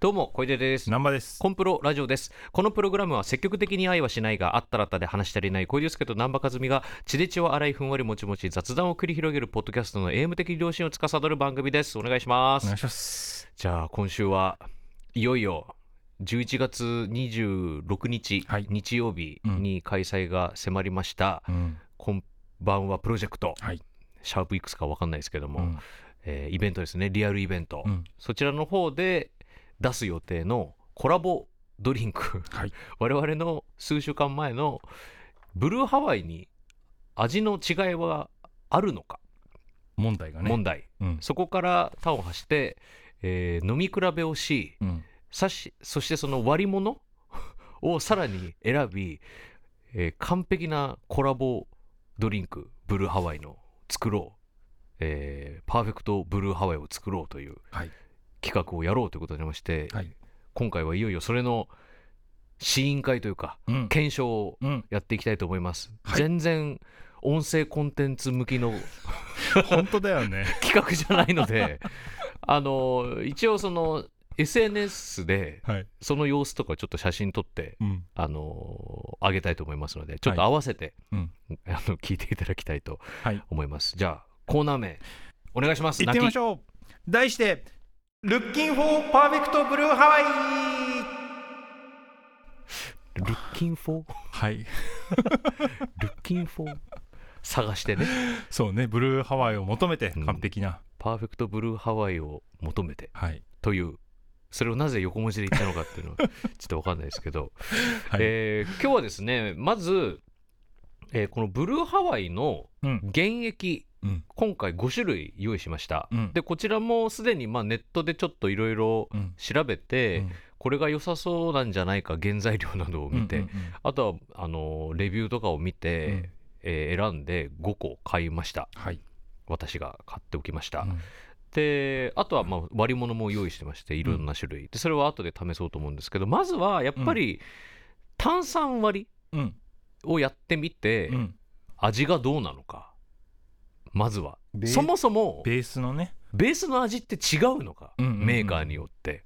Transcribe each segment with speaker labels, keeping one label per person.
Speaker 1: どうも小出です
Speaker 2: 難波です。
Speaker 1: コンプロラジオですこのプログラムは積極的に愛はしないがあったらったで話し足りない小出介と南波和美が血で血を洗いふんわりもちもち雑談を繰り広げるポッドキャストのエーム的良心を司る番組ですお願いしま
Speaker 2: お願
Speaker 1: す
Speaker 2: いします。
Speaker 1: じゃあ今週はいよいよ11月26日、
Speaker 2: はい
Speaker 1: 日曜日に開催が迫りました、
Speaker 2: うん。
Speaker 1: こんばんはプロジェクト、
Speaker 2: はい
Speaker 1: シャープいくつかわかんないですけども、
Speaker 2: うん。
Speaker 1: えーイベントですねリアルイベント、
Speaker 2: うん
Speaker 1: そちらの方で出す予定のコラボドリンク、
Speaker 2: はい
Speaker 1: 我々の数週間前のブルーハワイに味の違いはあるのか
Speaker 2: 問題がね。
Speaker 1: 問題、
Speaker 2: うん。
Speaker 1: そこから端を発して、えー飲み比べをし
Speaker 2: うん。
Speaker 1: さしそしてその割り物をさらに選び、えー完璧なコラボドリンクブルーハワイの作ろう、えーパーフェクトブルーハワイを作ろうという
Speaker 2: はい。
Speaker 1: 企画をやろうということになりまして、
Speaker 2: はい。
Speaker 1: 今回はいよいよそれの試飲会というか
Speaker 2: うん。
Speaker 1: 検証を
Speaker 2: うん。
Speaker 1: やっていきたいと思います、
Speaker 2: はい
Speaker 1: 全然音声コンテンツ向きの
Speaker 2: 本当だよね。
Speaker 1: 企画じゃないのであの一応その SNS で
Speaker 2: はい。
Speaker 1: その様子とかちょっと写真撮って
Speaker 2: うん。
Speaker 1: あの上げたいと思いますのでちょっと合わせて、
Speaker 2: うん
Speaker 1: あの聞いていただきたいと
Speaker 2: はい
Speaker 1: 思います、じゃあコーナー名お願いします
Speaker 2: 行ってみまし
Speaker 1: ょ
Speaker 2: ょう。題して、ルッキンフォーパーフェクトブルーハワイ
Speaker 1: うルッキンフォー
Speaker 2: はい。
Speaker 1: ルッキンフォー探してね
Speaker 2: そうね、ブルーハワイを求めて
Speaker 1: うん
Speaker 2: 完璧な。
Speaker 1: パーフェクトブルーハワイを求めて
Speaker 2: はい。
Speaker 1: というそれをなぜ横文字で言ったのかっていう のはちょっと分かんないですけど、
Speaker 2: はい
Speaker 1: えー今日はですねまず、えーこのブルーハワイの
Speaker 2: うん。
Speaker 1: 原液
Speaker 2: うん。
Speaker 1: 今回5種類用意しました、
Speaker 2: うん
Speaker 1: でこちらもすでにまあネットでちょっといろいろ
Speaker 2: うん。
Speaker 1: 調べて、
Speaker 2: うん
Speaker 1: これが良さそうなんじゃないか原材料などを見て、
Speaker 2: うんうん
Speaker 1: あとはあのレビューとかを見て、
Speaker 2: うん
Speaker 1: えー選んで5個買いました
Speaker 2: はい。
Speaker 1: 私が買っておきました、
Speaker 2: うん
Speaker 1: であとはまあ割り物も用意してましていろんな種類、でそれは後で試そうと思うんですけどまずはやっぱり炭酸割り
Speaker 2: うん。
Speaker 1: をやってみて、
Speaker 2: うん。
Speaker 1: 味がどうなのかまずは
Speaker 2: ベー
Speaker 1: そもそも
Speaker 2: ベースのね。
Speaker 1: ベースの味って違うのか、
Speaker 2: うんうんうん
Speaker 1: メーカーによって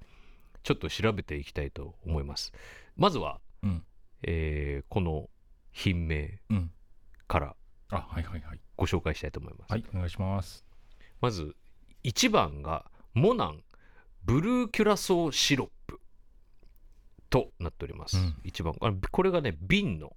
Speaker 1: ちょっと調べていきたいと思いますまずは、
Speaker 2: うん
Speaker 1: えーこの品名
Speaker 2: うん。
Speaker 1: から
Speaker 2: あ、はいはいはい。
Speaker 1: ご紹介したいと思います、
Speaker 2: はい、お願いします。
Speaker 1: まず1番がモナンブルーキュラソーシロップとなっております、
Speaker 2: うん
Speaker 1: 一番あこれがね瓶の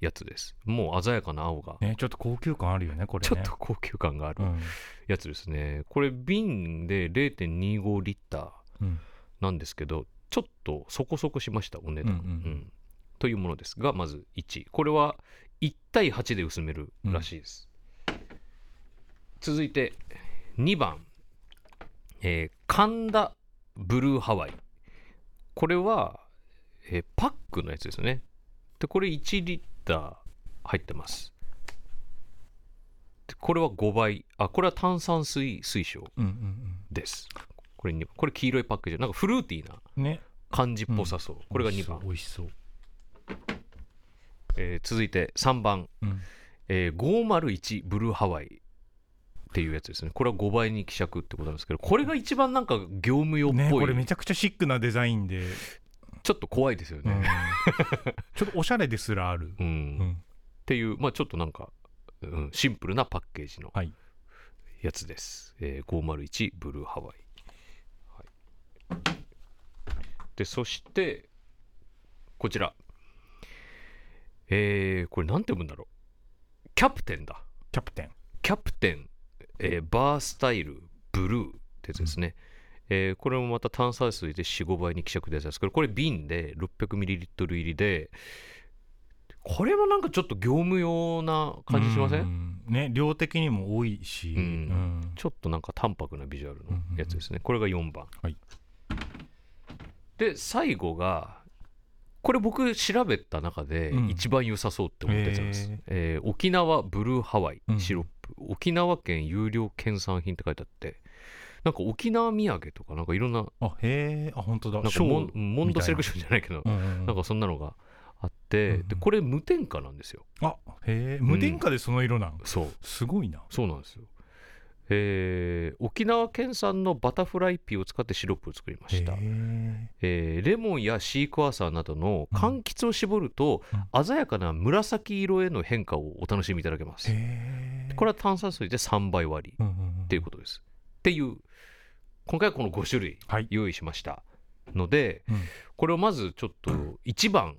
Speaker 1: やつですもう鮮やかな青が、
Speaker 2: ね、ちょっと高級感あるよね、これ
Speaker 1: ちょ
Speaker 2: ね
Speaker 1: っ。と高級感があ
Speaker 2: う
Speaker 1: る
Speaker 2: ん。
Speaker 1: やつですね、これ瓶で0.25リッター
Speaker 2: うん。
Speaker 1: なんですけどちょっとそこそこしましたお値段、
Speaker 2: うんうんうん
Speaker 1: うんというものですがまず1これは1対8で薄めるらしいです、続いて2番、えー神田ブルーハワイこれは、えーパックのやつですねでこれ1リッター入ってますでこれは5倍あこれは炭酸水水晶
Speaker 2: うんうん
Speaker 1: ですこれにこれ黄色いパッケージなんかフルーティーな
Speaker 2: うん。ね。
Speaker 1: 感じっぽさそう、これが2番
Speaker 2: 美、味しそう。
Speaker 1: えー続いて3番、
Speaker 2: うん。
Speaker 1: えー501ブルーハワイっていうやつですねこれは5倍に希釈ってことなんですけどこれが一番なんか業務用っぽい、
Speaker 2: ね、これめちゃくちゃシックなデザインで、
Speaker 1: ちょっと怖いですよ
Speaker 2: うん
Speaker 1: ね、
Speaker 2: ちょっとおしゃれですらある、
Speaker 1: うん
Speaker 2: うん
Speaker 1: っていうまあちょっとなんか、うん、シンプルなパッケージの
Speaker 2: はい
Speaker 1: やつです、えー501ブルーハワイ、はい、でそしてこちらえー、これなんて読むんだろうキャプテンだ
Speaker 2: キャプテン
Speaker 1: キャプテン、えーバースタイルブルーってやつですね、えーこれもまた炭酸水で45倍に希釈でやつですけどこれ瓶で 600ml 入りでこれもなんかちょっと業務用な感じしません
Speaker 2: うんね量的にも多いし、
Speaker 1: うん
Speaker 2: うん
Speaker 1: ちょっとなんか淡白なビジュアルのやつですね。これが4番。
Speaker 2: はい
Speaker 1: で、最後が、これ僕調べた中で
Speaker 2: うん
Speaker 1: 一番良さそうって思ったやつなんです。
Speaker 2: へー
Speaker 1: えー沖縄ブルーハワイ
Speaker 2: うん
Speaker 1: シロップ、沖縄県有料県産品って書いてあって、なんか沖縄土産とか、なんかいろんな、
Speaker 2: あへえあ本当だ
Speaker 1: なんか
Speaker 2: ショー
Speaker 1: モンモンドセレクションじゃないけど、
Speaker 2: うんうんうん
Speaker 1: なんかそんなのがあって、
Speaker 2: うん
Speaker 1: でこれ無添加なんですよ。
Speaker 2: あへえ無添加でその色なん、
Speaker 1: そう。
Speaker 2: すごいな
Speaker 1: そうなんですよ。えー沖縄県産のバタフライピーを使ってシロップを作りました
Speaker 3: へ、え
Speaker 1: えーレモンやシークワーサーなどの
Speaker 3: うん
Speaker 1: 柑橘を絞ると、鮮やかな紫色への変化をお楽しみいただけます、
Speaker 3: へえ
Speaker 1: こ
Speaker 3: れ
Speaker 1: れは炭酸水で3倍割り
Speaker 3: っ
Speaker 1: っていうことです、っていう今回はこの5種類
Speaker 3: はい
Speaker 1: 用意しましたので、
Speaker 3: うん
Speaker 1: これをまずちょっと1番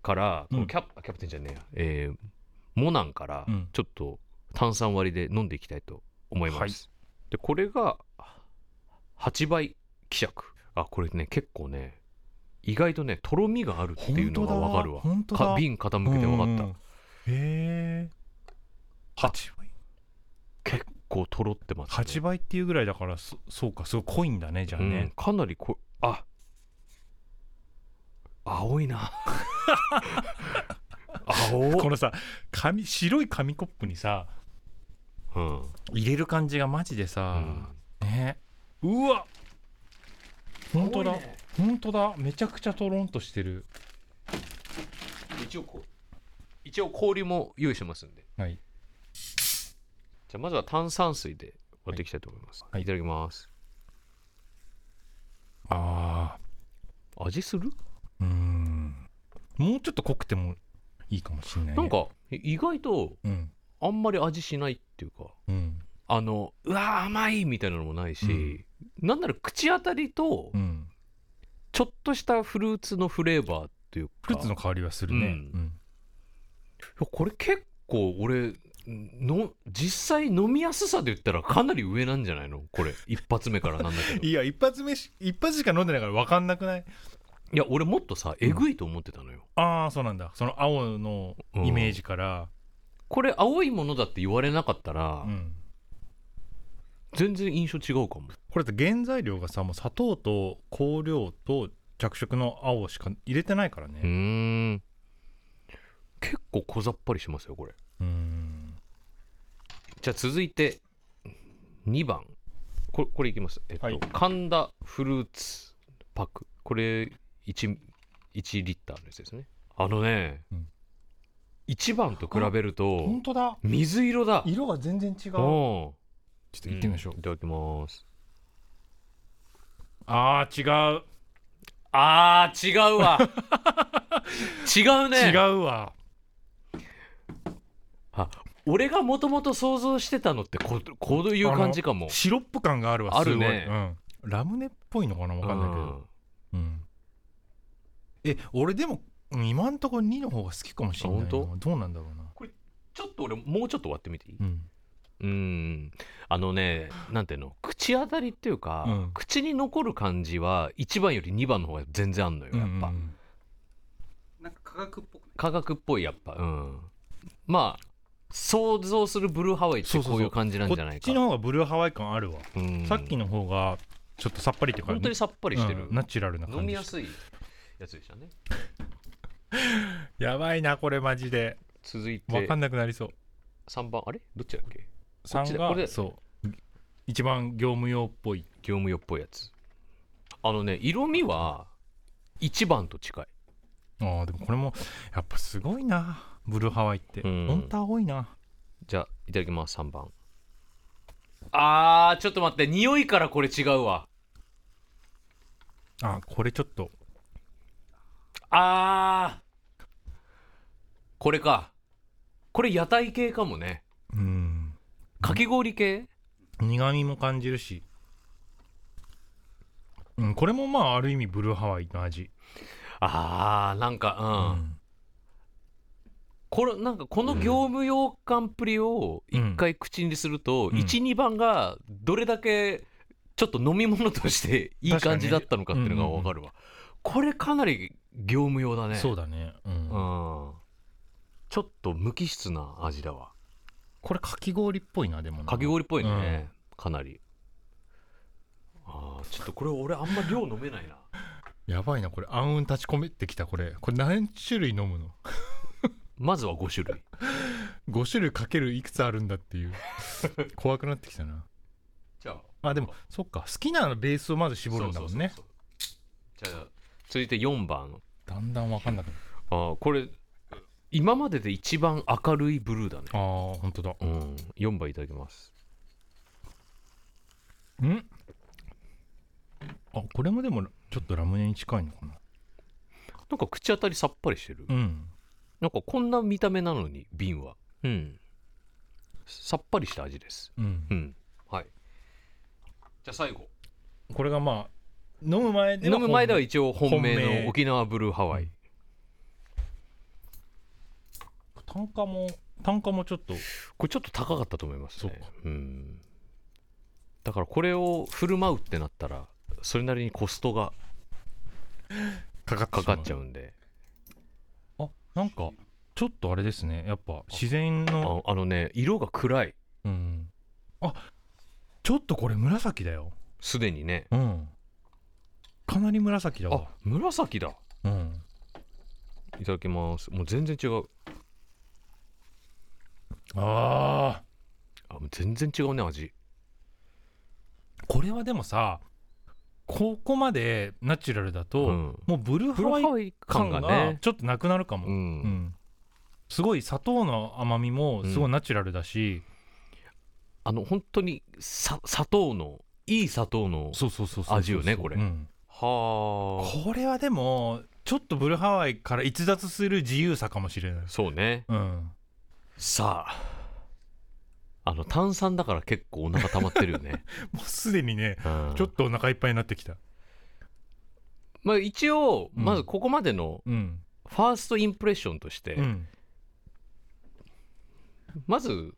Speaker 1: から
Speaker 3: うん
Speaker 1: このキャ,、キャプテンじゃねえや、えーモナンから
Speaker 3: うん
Speaker 1: ちょっと炭酸割りで飲んでいきたいと思います、
Speaker 3: はい
Speaker 1: でこれが8倍希釈あこれね結構ね意外とねとろみがあるっていうのが分かるわ
Speaker 3: 本当だ
Speaker 1: か瓶傾けて分かった、
Speaker 3: うんうんうんへえ8倍
Speaker 1: 結構とろってます、ね、
Speaker 3: 8倍っていうぐらいだからそそうかすごい濃いんだねじゃあ
Speaker 1: うん
Speaker 3: ね、
Speaker 1: かなりこあ青い な青
Speaker 3: このさ紙白い紙コップにさ
Speaker 1: うん
Speaker 3: 入れる感じがマジでさ、ねうわ
Speaker 1: うん
Speaker 3: 本当だ、
Speaker 1: 青いね
Speaker 3: 本当だめちゃくちゃとろんとしてる
Speaker 1: 一応こう一応氷も用意してますんで
Speaker 3: はい
Speaker 1: じゃあまずは炭酸水で割っていきたいと思います、
Speaker 3: はい
Speaker 1: い、ただきます
Speaker 3: あ
Speaker 1: 味する、
Speaker 3: ーうーんもうちょっと濃くてもいいかもしれない、ね、
Speaker 1: なんか意外と
Speaker 3: うん
Speaker 1: あんまり味しないっていうか
Speaker 3: うん
Speaker 1: あのうわー甘いみたいなのもないし、なんなら口当たりと
Speaker 3: うん
Speaker 1: ちょっとしたフルーツのフレーバーっていうか
Speaker 3: フルーツの香りはするね、
Speaker 1: う
Speaker 3: うん
Speaker 1: んいやこれ結構俺の実際飲みやすさで言ったらかなり上なんじゃないのこれ一発目からなんだけどい
Speaker 3: いや一発目し一発しか飲んでないから分かんなくない
Speaker 1: や俺もっとさえぐいと思ってたのよ、
Speaker 3: ああそうなんだその青のイメージから、
Speaker 1: これ青いものだって言われなかったら、
Speaker 3: うん
Speaker 1: 全然印象違うかも
Speaker 3: これだって原材料がさもう砂糖と香料と着色の青しか入れてないから
Speaker 1: うー
Speaker 3: ね
Speaker 1: ん結構小ざっぱりしますよこれ
Speaker 3: うーん
Speaker 1: じゃあ続いて2番これこれいきますえっと、
Speaker 3: はい
Speaker 1: 神田フルーツパックこれ 1, 1リッターのやつですねあのね、
Speaker 3: うん
Speaker 1: 1番と比べると
Speaker 3: 本当だ
Speaker 1: 水色だ
Speaker 3: 色が全然違うち
Speaker 1: うん
Speaker 3: ょっと行ってみましょう、
Speaker 1: んいただきます
Speaker 3: あー違う
Speaker 1: あー違うわ 違うね
Speaker 3: 違うわ
Speaker 1: あ俺がもともと想像してたのってここういう感じかも
Speaker 3: シロップ感があるわ
Speaker 1: あ
Speaker 3: す
Speaker 1: る
Speaker 3: ごい
Speaker 1: ね
Speaker 3: うん、ラムネっぽいのかな分かんないけど、うん、え俺でもうん今んところ2の方が好きかもしれないな
Speaker 1: あ本
Speaker 3: どうなんだろうな
Speaker 1: ちょっと俺もうちょっと割ってみていい
Speaker 3: うん
Speaker 1: うんあのねなんていうの口当たりっていうか、
Speaker 3: うん
Speaker 1: 口に残る感じは1番より2番の方が全然あんのよやっぱ、
Speaker 3: うん
Speaker 2: なんか科学っぽく
Speaker 1: 科学っぽいやっぱうんまあ想像するブルーハワイって
Speaker 3: そうそう
Speaker 1: こ
Speaker 3: そう
Speaker 1: ういう感じなん
Speaker 3: こ
Speaker 1: じゃない
Speaker 3: っ
Speaker 1: か
Speaker 3: ちの方がブルーハワイ感あるわ、
Speaker 1: うん
Speaker 3: さっきの方がちょっとさっぱりっていうか
Speaker 1: 本当にさっぱりしてる、
Speaker 3: うんナチュラルな感じ
Speaker 1: 飲みやすいやつでしたね
Speaker 3: やばいなこれマジで
Speaker 1: 続い
Speaker 3: 分
Speaker 1: て
Speaker 3: かんなくなりそう
Speaker 1: 3番あれどっちだっけこっち
Speaker 3: 3
Speaker 1: だこれ
Speaker 3: がそう一番業務用っぽい
Speaker 1: 業務用っぽいやつあのね色味は1番と近い
Speaker 3: あーでもこれもやっぱすごいなブルーハワイって
Speaker 1: うん
Speaker 3: 本当は多いな
Speaker 1: じゃあいただきます3番あーちょっと待って匂いからこれ違うわ
Speaker 3: あこれちょっと
Speaker 1: あーこれかこれ屋台系かもね
Speaker 3: うん
Speaker 1: かき氷系
Speaker 3: 苦味も感じるし、うん、これもまあある意味ブルーハワイの味
Speaker 1: あーなんか
Speaker 3: う
Speaker 1: うん、これなんかこの業務用感っぷりを一回口にすると、
Speaker 3: うん
Speaker 1: 12番がどれだけちょっと飲み物としていい感じだったのかっていうのが分かるわこれかなり業務用だね
Speaker 3: そうだね、うん
Speaker 1: うんちょっと無機質な味だわ
Speaker 3: これかき氷っぽいなでもな
Speaker 1: かき氷っぽいね、かなりああちょっとこれ俺あんま量飲めないな
Speaker 3: やばいなこれ暗雲立ち込めてきたこれこれ何種類飲むの
Speaker 1: まずは5種類
Speaker 3: 5種類かけるいくつあるんだっていう怖くなってきたな
Speaker 1: じゃあ
Speaker 3: あでもそっか好きなベースをまず絞るんだもんね
Speaker 1: そうそうそうそうじゃあ続いて4番
Speaker 3: だんだん分かんなくなる
Speaker 1: あーこれ今までで一番明るいブルーだね
Speaker 3: あー本当だ
Speaker 1: うん4番いただきます
Speaker 3: うんあこれもでもちょっとラムネに近いのかな
Speaker 1: なんか口当たりさっぱりしてる、
Speaker 3: うん
Speaker 1: なんかこんな見た目なのに瓶はうんさっぱりした味です
Speaker 3: うん
Speaker 1: うんはいじゃあ最後
Speaker 3: これがまあ飲む前で
Speaker 1: 飲む前では
Speaker 3: 本
Speaker 1: 一応本
Speaker 3: 本
Speaker 1: 命
Speaker 3: 命
Speaker 1: の沖縄ブルーハワイ、
Speaker 3: 単価も単価もちょっと
Speaker 1: これちょっと高かったと思いますね
Speaker 3: そうか
Speaker 1: うんだからこれを振る舞うってなったらそれなりにコストが
Speaker 3: かかっ
Speaker 1: かかっちゃ
Speaker 3: う
Speaker 1: うんで
Speaker 3: あなんかちょっとあれですねやっぱ自然の
Speaker 1: ああのね色が暗い
Speaker 3: うんあちょっとこれ紫だよ
Speaker 1: すでにね
Speaker 3: うんかなり紫だ
Speaker 1: あ
Speaker 3: わ
Speaker 1: 紫だ
Speaker 3: うん
Speaker 1: いただきますもう全然違う
Speaker 3: あ
Speaker 1: あもう全然違うね味
Speaker 3: ーこれはでもさここまでナチュラルだと、
Speaker 1: うん
Speaker 3: もうブルー
Speaker 1: ブ
Speaker 3: ハ
Speaker 1: ルーハ
Speaker 3: ワイ
Speaker 1: ワイ感
Speaker 3: 感
Speaker 1: が
Speaker 3: が
Speaker 1: ね
Speaker 3: ちょっとなくなるかも、
Speaker 1: う
Speaker 3: うん
Speaker 1: ん、
Speaker 3: すごい砂糖の甘みもすごいナチュラルだし、
Speaker 1: あの本当にさ砂糖のいい砂糖の
Speaker 3: そうそうそうそうそう
Speaker 1: 味よねこれ
Speaker 3: うん
Speaker 1: はあ
Speaker 3: これはでもちょっとブルーハワイから逸脱する自由さかもしれない
Speaker 1: そうね
Speaker 3: うん
Speaker 1: さああの炭酸だから結構お腹溜まってるよね、
Speaker 3: もうすでにね
Speaker 1: うん
Speaker 3: ちょっとお腹いっぱいになってきた
Speaker 1: まあ、一応
Speaker 3: うん
Speaker 1: まずここまでの
Speaker 3: うん
Speaker 1: ファーストインプレッションとして、
Speaker 3: うん
Speaker 1: まず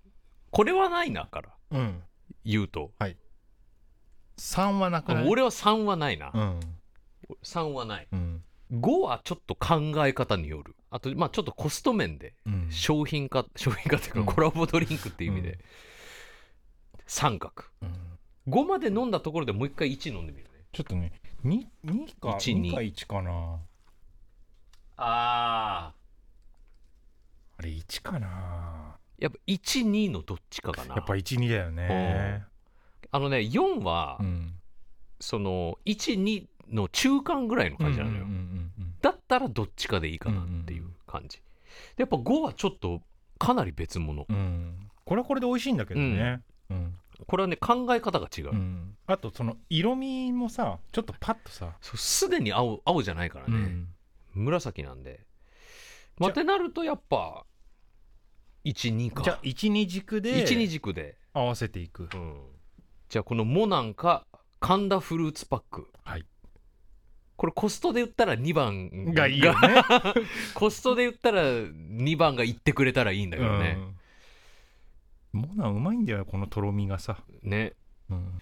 Speaker 1: これはないなから
Speaker 3: うん
Speaker 1: 言うと、
Speaker 3: 3はなくない
Speaker 1: 俺は3はないな、
Speaker 3: うん
Speaker 1: 三3はない
Speaker 3: うん
Speaker 1: 5はちょっと考え方によるあとまあちょっとコスト面で
Speaker 3: うん
Speaker 1: 商品化 商品化という
Speaker 3: うん
Speaker 1: かコラボドリンクっていう意味
Speaker 3: う
Speaker 1: で三角
Speaker 3: うん
Speaker 1: 5まで飲んだところでもう一回1飲んでみるね
Speaker 3: ちょっとね 2, 2か
Speaker 1: 一
Speaker 3: 2か1かな
Speaker 1: ああ
Speaker 3: あれ1かな
Speaker 1: やっぱ12のどっちかかな
Speaker 3: やっぱ12だよね
Speaker 1: あのね4は、
Speaker 3: うん
Speaker 1: その12の中間ぐらいの感じなのよ、
Speaker 3: うんうんうん
Speaker 1: だったらどっちかでいいかなっていう感じ、でやっぱ5はちょっとかなり別物
Speaker 3: うんうんこれはこれで美味しいんだけどねうん
Speaker 1: これはね考え方が違う、
Speaker 3: うんあとその色味もさちょっとパッとさ
Speaker 1: そうすでに青青じゃないからね、紫なんでまあっ
Speaker 3: じ
Speaker 1: てなるとやっぱ12
Speaker 3: じゃあ
Speaker 1: か
Speaker 3: 12軸で
Speaker 1: 12軸で、
Speaker 3: 合わせていく
Speaker 1: うん、じゃあこのモナンか神田フルーツパック
Speaker 3: はい
Speaker 1: これコストで言ったら2番
Speaker 3: がいいよね
Speaker 1: コストで言ったら2番が言ってくれたらいいんだけどね、
Speaker 3: うんモナうまいんだよこのとろみがさ、
Speaker 1: ね
Speaker 3: うん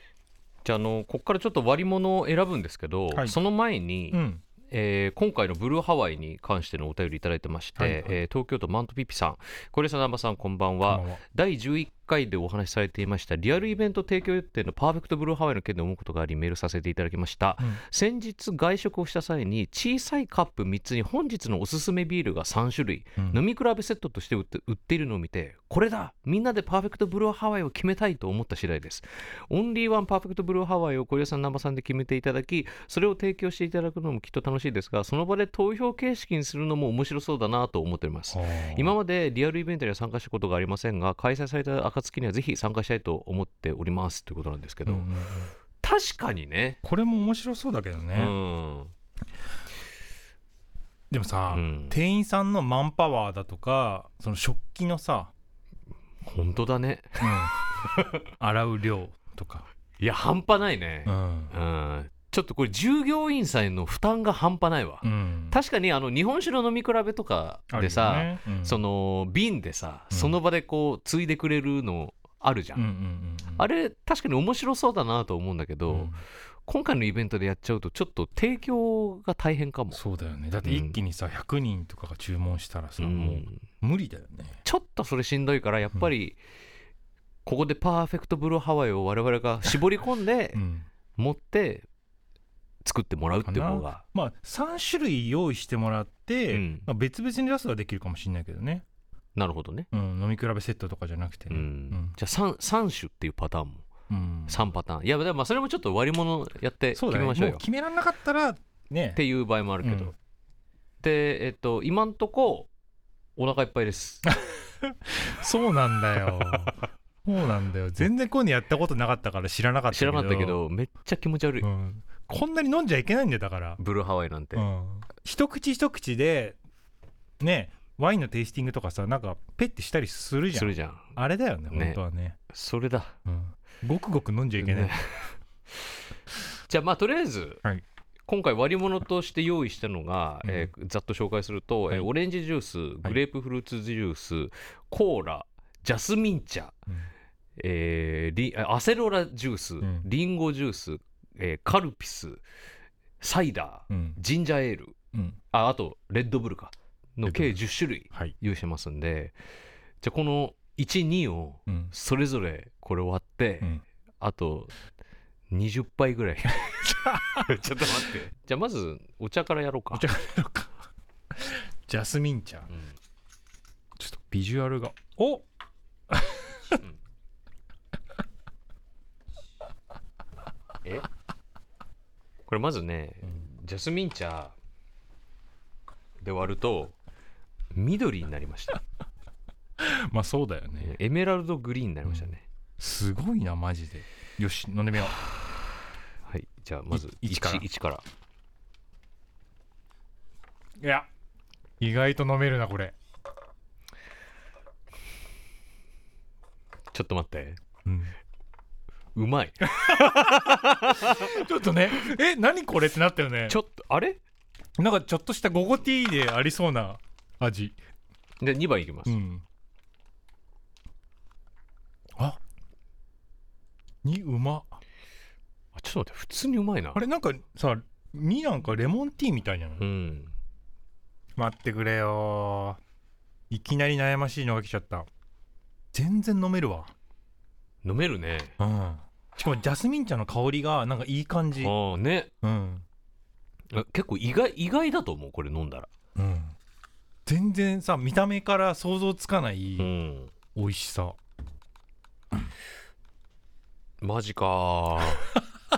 Speaker 1: じゃああのここからちょっと割り物を選ぶんですけど、
Speaker 3: はい
Speaker 1: その前に、
Speaker 3: うん
Speaker 1: えー今回のブルーハワイに関してのお便りいただいてまして、
Speaker 3: はいはい
Speaker 1: えー東京都マントピピさん小林さん南波さんこんばんは、
Speaker 3: こんばんは
Speaker 1: 第11回でお話しされていましたリアルイベント提供予定のパーフェクトブルーハワイの件で思うことがありメールさせていただきました、
Speaker 3: うん
Speaker 1: 先日外食をした際に小さいカップ3つに本日のおすすめビールが3種類、
Speaker 3: うん
Speaker 1: 飲み比べセットとして売って売っているのを見てこれだみんなでパーフェクトブルーハワイを決めたいと思った次第ですオンリーワンパーフェクトブルーハワイを小林さん南波さんで決めていただきそれを提供していただくのもきっと楽しいですがその場で投票形式にするのも面白そうだなと思っております
Speaker 3: はあ
Speaker 1: 今までリアルイベントには参加したことがありませんが開催された暁にはぜひ参加したいと思っておりますということなんですけど、
Speaker 3: うんうんうん
Speaker 1: 確かにね
Speaker 3: これも面白そうだけどね、
Speaker 1: うん
Speaker 3: でもさ、
Speaker 1: うん
Speaker 3: 店員さんのマンパワーだとかその食器のさ、
Speaker 1: 本当だね
Speaker 3: うん洗う量とか、
Speaker 1: いや半端ないね
Speaker 3: う、ん
Speaker 1: うんちょっとこれ従業員さんへの負担が半端ないわ、
Speaker 3: うん
Speaker 1: 確かにあの日本酒の飲み比べとか
Speaker 3: あるよね
Speaker 1: でさ、
Speaker 3: うん
Speaker 1: その瓶でさ、
Speaker 3: うん
Speaker 1: その場でこう継いでくれるのあるじゃん、
Speaker 3: うんうんうんうん
Speaker 1: あれ確かに面白そうだなと思うんだけど、
Speaker 3: うん
Speaker 1: 今回のイベントでやっちゃうとちょっと提供が大変かも
Speaker 3: そうだよねだって一気にさ100人とかが注文したらさ、
Speaker 1: うん
Speaker 3: もう無理だよね
Speaker 1: ちょっとそれしんどいからやっぱり、ここでパーフェクトブルーハワイを我々が絞り込んで
Speaker 3: うん
Speaker 1: 持って作ってもらうっていう方が
Speaker 3: まあ、3種類用意してもらって、
Speaker 1: うん
Speaker 3: まあ、別々に出すはできるかもしれないけどね、
Speaker 1: なるほどね、
Speaker 3: うん、飲み比べセットとかじゃなくて
Speaker 1: う
Speaker 3: ね、
Speaker 1: んじゃあ 3, 三種っていうパターンも
Speaker 3: うんうん
Speaker 1: 3パターンいやでもまあそれもちょっと割り物やって決
Speaker 3: そうだ
Speaker 1: め
Speaker 3: ね
Speaker 1: ましょう
Speaker 3: も
Speaker 1: よ
Speaker 3: う決められなかったらね
Speaker 1: っていう場合もあるけど、
Speaker 3: うん
Speaker 1: でえっと今んとこお腹いっぱいです
Speaker 3: そうなんだよそうなんだよ全然こういうのやったことなかったから知らなかった
Speaker 1: 知らなかったけ、どめっちゃ気持ち悪い、
Speaker 3: うん、こんなに飲んじゃいけないんだよだから、
Speaker 1: ブルーハワイなんて、
Speaker 3: うん、一口一口でねワインのテイスティングとかさなんかペッてしたりするじゃ
Speaker 1: す
Speaker 3: ん
Speaker 1: るじゃん
Speaker 3: あれだよね
Speaker 1: ね
Speaker 3: 本当はね
Speaker 1: それだ
Speaker 3: うん、ごくごく飲んじゃいけない、
Speaker 1: ね じゃあまあとりあえず、
Speaker 3: はい
Speaker 1: 今回割り物として用意したのが、
Speaker 3: うん
Speaker 1: えーざっと紹介すると、えー
Speaker 3: はい
Speaker 1: オレンジジュースグレープフルーツジュース、コーラジャスミン茶、
Speaker 3: うん
Speaker 1: えーリあアセロラジュース、
Speaker 3: ん
Speaker 1: リンゴジュース、えーカルピスサイダー
Speaker 3: うん
Speaker 1: ジンジャーエール
Speaker 3: うん
Speaker 1: ああとレッドブルかの計
Speaker 3: レッ
Speaker 1: 10種類
Speaker 3: はい、
Speaker 1: 用意してますんでじゃあこの12を
Speaker 3: うん
Speaker 1: それぞれこれ割って、
Speaker 3: うん
Speaker 1: あと20杯ぐらいちょっと待ってじゃあまずお茶からやろうか
Speaker 3: お茶なんかジャスミン茶
Speaker 1: うん
Speaker 3: ちょっとビジュアルがお
Speaker 1: えこれまずね、ジャスミン茶で割ると緑になりました、
Speaker 3: まあそうだよね
Speaker 1: エメラルドグリーンになりましたね、
Speaker 3: すごいなマジでよし飲んでみよう
Speaker 1: はいじゃあまず
Speaker 3: い一から
Speaker 1: 1から
Speaker 3: いや意外と飲めるなこれ
Speaker 1: ちょっと待って
Speaker 3: うん
Speaker 1: うまい
Speaker 3: ちょっとねえ何これってなったよね
Speaker 1: ちょっとあれ
Speaker 3: なんかちょっとしたゴゴティーでありそうな味
Speaker 1: で2番いきます、
Speaker 3: うんあにうま
Speaker 1: あちょっと待って普通にうまいな
Speaker 3: あれなんかさになんかレモンティーみたいじゃない
Speaker 1: うん
Speaker 3: 待ってくれよーいきなり悩ましいのが来ちゃった全然飲めるわ
Speaker 1: 飲めるね
Speaker 3: うんしかもジャスミン茶の香りがなんかいい感じ
Speaker 1: ああね
Speaker 3: うん、
Speaker 1: あ結構意外意外だと思うこれ飲んだら
Speaker 3: うん、全然さ見た目から想像つかな
Speaker 1: う
Speaker 3: い
Speaker 1: ん
Speaker 3: 美味しさ
Speaker 1: マジか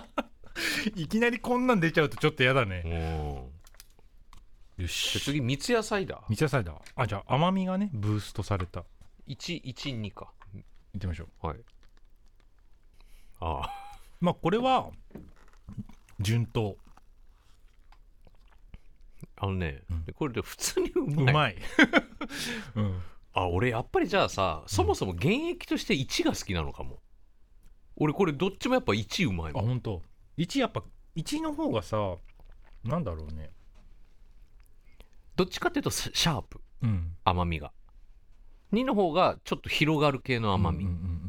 Speaker 3: いきなりこんなん出ちゃうとちょっとやだね
Speaker 1: ーうん
Speaker 3: よ
Speaker 1: じゃあ
Speaker 3: し
Speaker 1: 次三ツ矢サイダー
Speaker 3: 三ツ矢サイダーあじゃあ甘みがねブーストされたい
Speaker 1: 112か
Speaker 3: ってみましょう
Speaker 1: はいああ
Speaker 3: まあこれは順当
Speaker 1: あのね、
Speaker 3: うん
Speaker 1: これで普通にう
Speaker 3: う
Speaker 1: まい
Speaker 3: まい、 うん
Speaker 1: あ俺やっぱりじゃあさそもそも現役として1が好きなのかも、俺これどっちもやっぱ1うまい
Speaker 3: あ
Speaker 1: もん
Speaker 3: 本当。1やっぱ1の方がさなんだろうね
Speaker 1: どっちかっていうとシャープ
Speaker 3: うん
Speaker 1: 甘みが2の方がちょっと広がる系の甘み、
Speaker 3: うんうんうんうん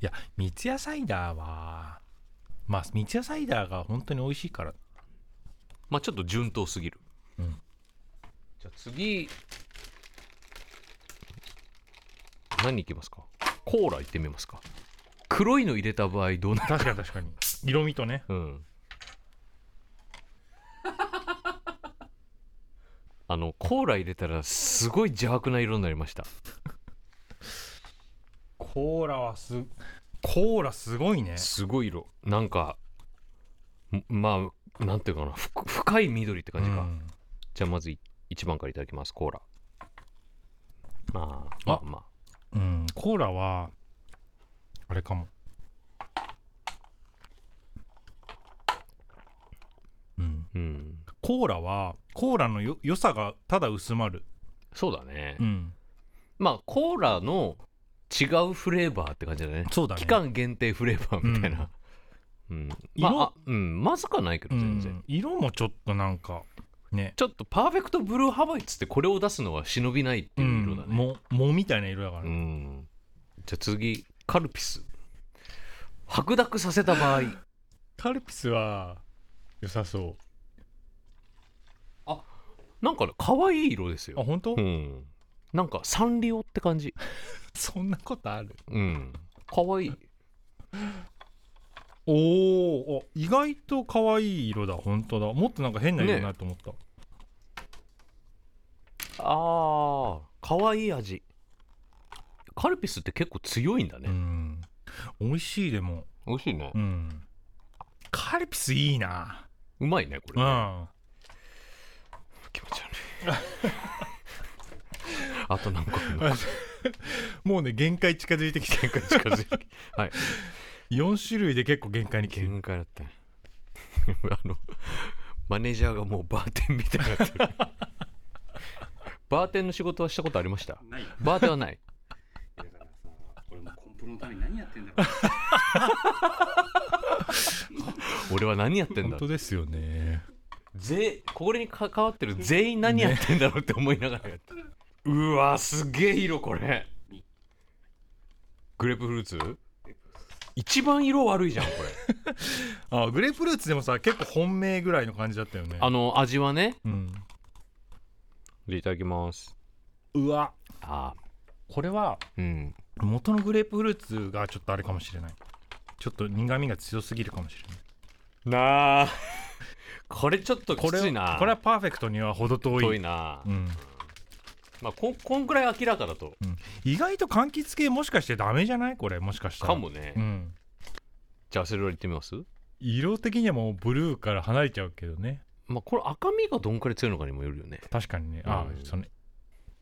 Speaker 3: いや三ツ矢サイダーはまあ三ツ矢サイダーが本当に美味しいから
Speaker 1: まあちょっと順当すぎる、
Speaker 3: うん
Speaker 1: じゃあ次何いきますかコーラいってみますか黒いの入れた場合どうなる
Speaker 3: 確かに確かに色味とね
Speaker 1: うん あのコーラ入れたらすごい邪悪な色になりました
Speaker 3: コーラはすコーラすごいね
Speaker 1: すごい色なんかんまあなんていうかなふく深い緑って感じか、
Speaker 3: うん
Speaker 1: じゃあまずい1番からいただきますコーラまあまあまあ
Speaker 3: うんコーラはあれかもうん
Speaker 1: うん
Speaker 3: コーラはコーラのよ良さがただ薄まる
Speaker 1: そうだね、
Speaker 3: うん
Speaker 1: まあコーラの違うフレーバーって感じだね
Speaker 3: そうだね
Speaker 1: 期間限定フレーバーみたいな、うんまあ
Speaker 3: 色
Speaker 1: あうん、まずかないけど全然、
Speaker 3: うん色もちょっとなんかね
Speaker 1: ちょっとパーフェクトブルーハワイっつってこれを出すのは忍びないっていう色だ
Speaker 3: うん
Speaker 1: ね
Speaker 3: ももみたいな色だから
Speaker 1: うん、
Speaker 3: ね、
Speaker 1: じゃあ次カルピス白濁させた場合
Speaker 3: カルピスは良さそ
Speaker 1: なんかね可愛い色です
Speaker 3: うあ
Speaker 1: よ、
Speaker 3: 本当、
Speaker 1: うん、なんかサンリオって感じ
Speaker 3: そんなことある
Speaker 1: うん可愛い
Speaker 3: おーお意外と可愛い色だ本当だもっとなんか変な色になると思った、
Speaker 1: あー可愛い味カルピスって結構強いんだね、
Speaker 3: うん美味しいでも
Speaker 1: 美味しいね
Speaker 3: うんカルピスいいな
Speaker 1: うまいねこ
Speaker 3: う
Speaker 1: れね、
Speaker 3: ん
Speaker 1: 気持ち悪いあとなんか
Speaker 3: もうね限界近づいてきて
Speaker 1: 限界近づいてはい
Speaker 3: 4種類で結構限界に来てる
Speaker 1: 限界だった あのマネージャーがもうバーテンみたいになってるバーテンの仕事はしたことありました
Speaker 4: ないよ
Speaker 1: バーテンはない
Speaker 4: だからさ俺もコンプロのために何やってんだろう
Speaker 1: 俺は何やってん
Speaker 3: 本
Speaker 1: だ
Speaker 3: 当ですよね
Speaker 1: ぜこれに関わってる全員何やってんだろうって思いながらやって、うわすげえ色これグレープフルーツ一番色悪いじゃんこれ
Speaker 3: あグレープフルーツでもさ結構本命ぐらいの感じだったよね
Speaker 1: あの味はね
Speaker 3: うん、
Speaker 1: でいただきます
Speaker 3: うわ
Speaker 1: あ
Speaker 3: これは
Speaker 1: ーうん
Speaker 3: 元のグレープフルーツがちょっとあれかもしれないちょっと苦みが強すぎるかもしれない
Speaker 1: なあこれちょっとき
Speaker 3: これ
Speaker 1: ついな
Speaker 3: これはパーフェクトには程遠い
Speaker 1: 遠いな、
Speaker 3: うん
Speaker 1: まあこんこんくらい明らかだと
Speaker 3: うん、意外と柑橘系もしかしてダメじゃないこれもしかしたら
Speaker 1: かもね、
Speaker 3: うん
Speaker 1: じゃあセロリ行ってみます
Speaker 3: 色的にはもうブルーから離れちゃうけどね
Speaker 1: まあこれ赤みがどんくらい強いのかにもよるよね
Speaker 3: 確かにねあ、
Speaker 1: うん
Speaker 3: その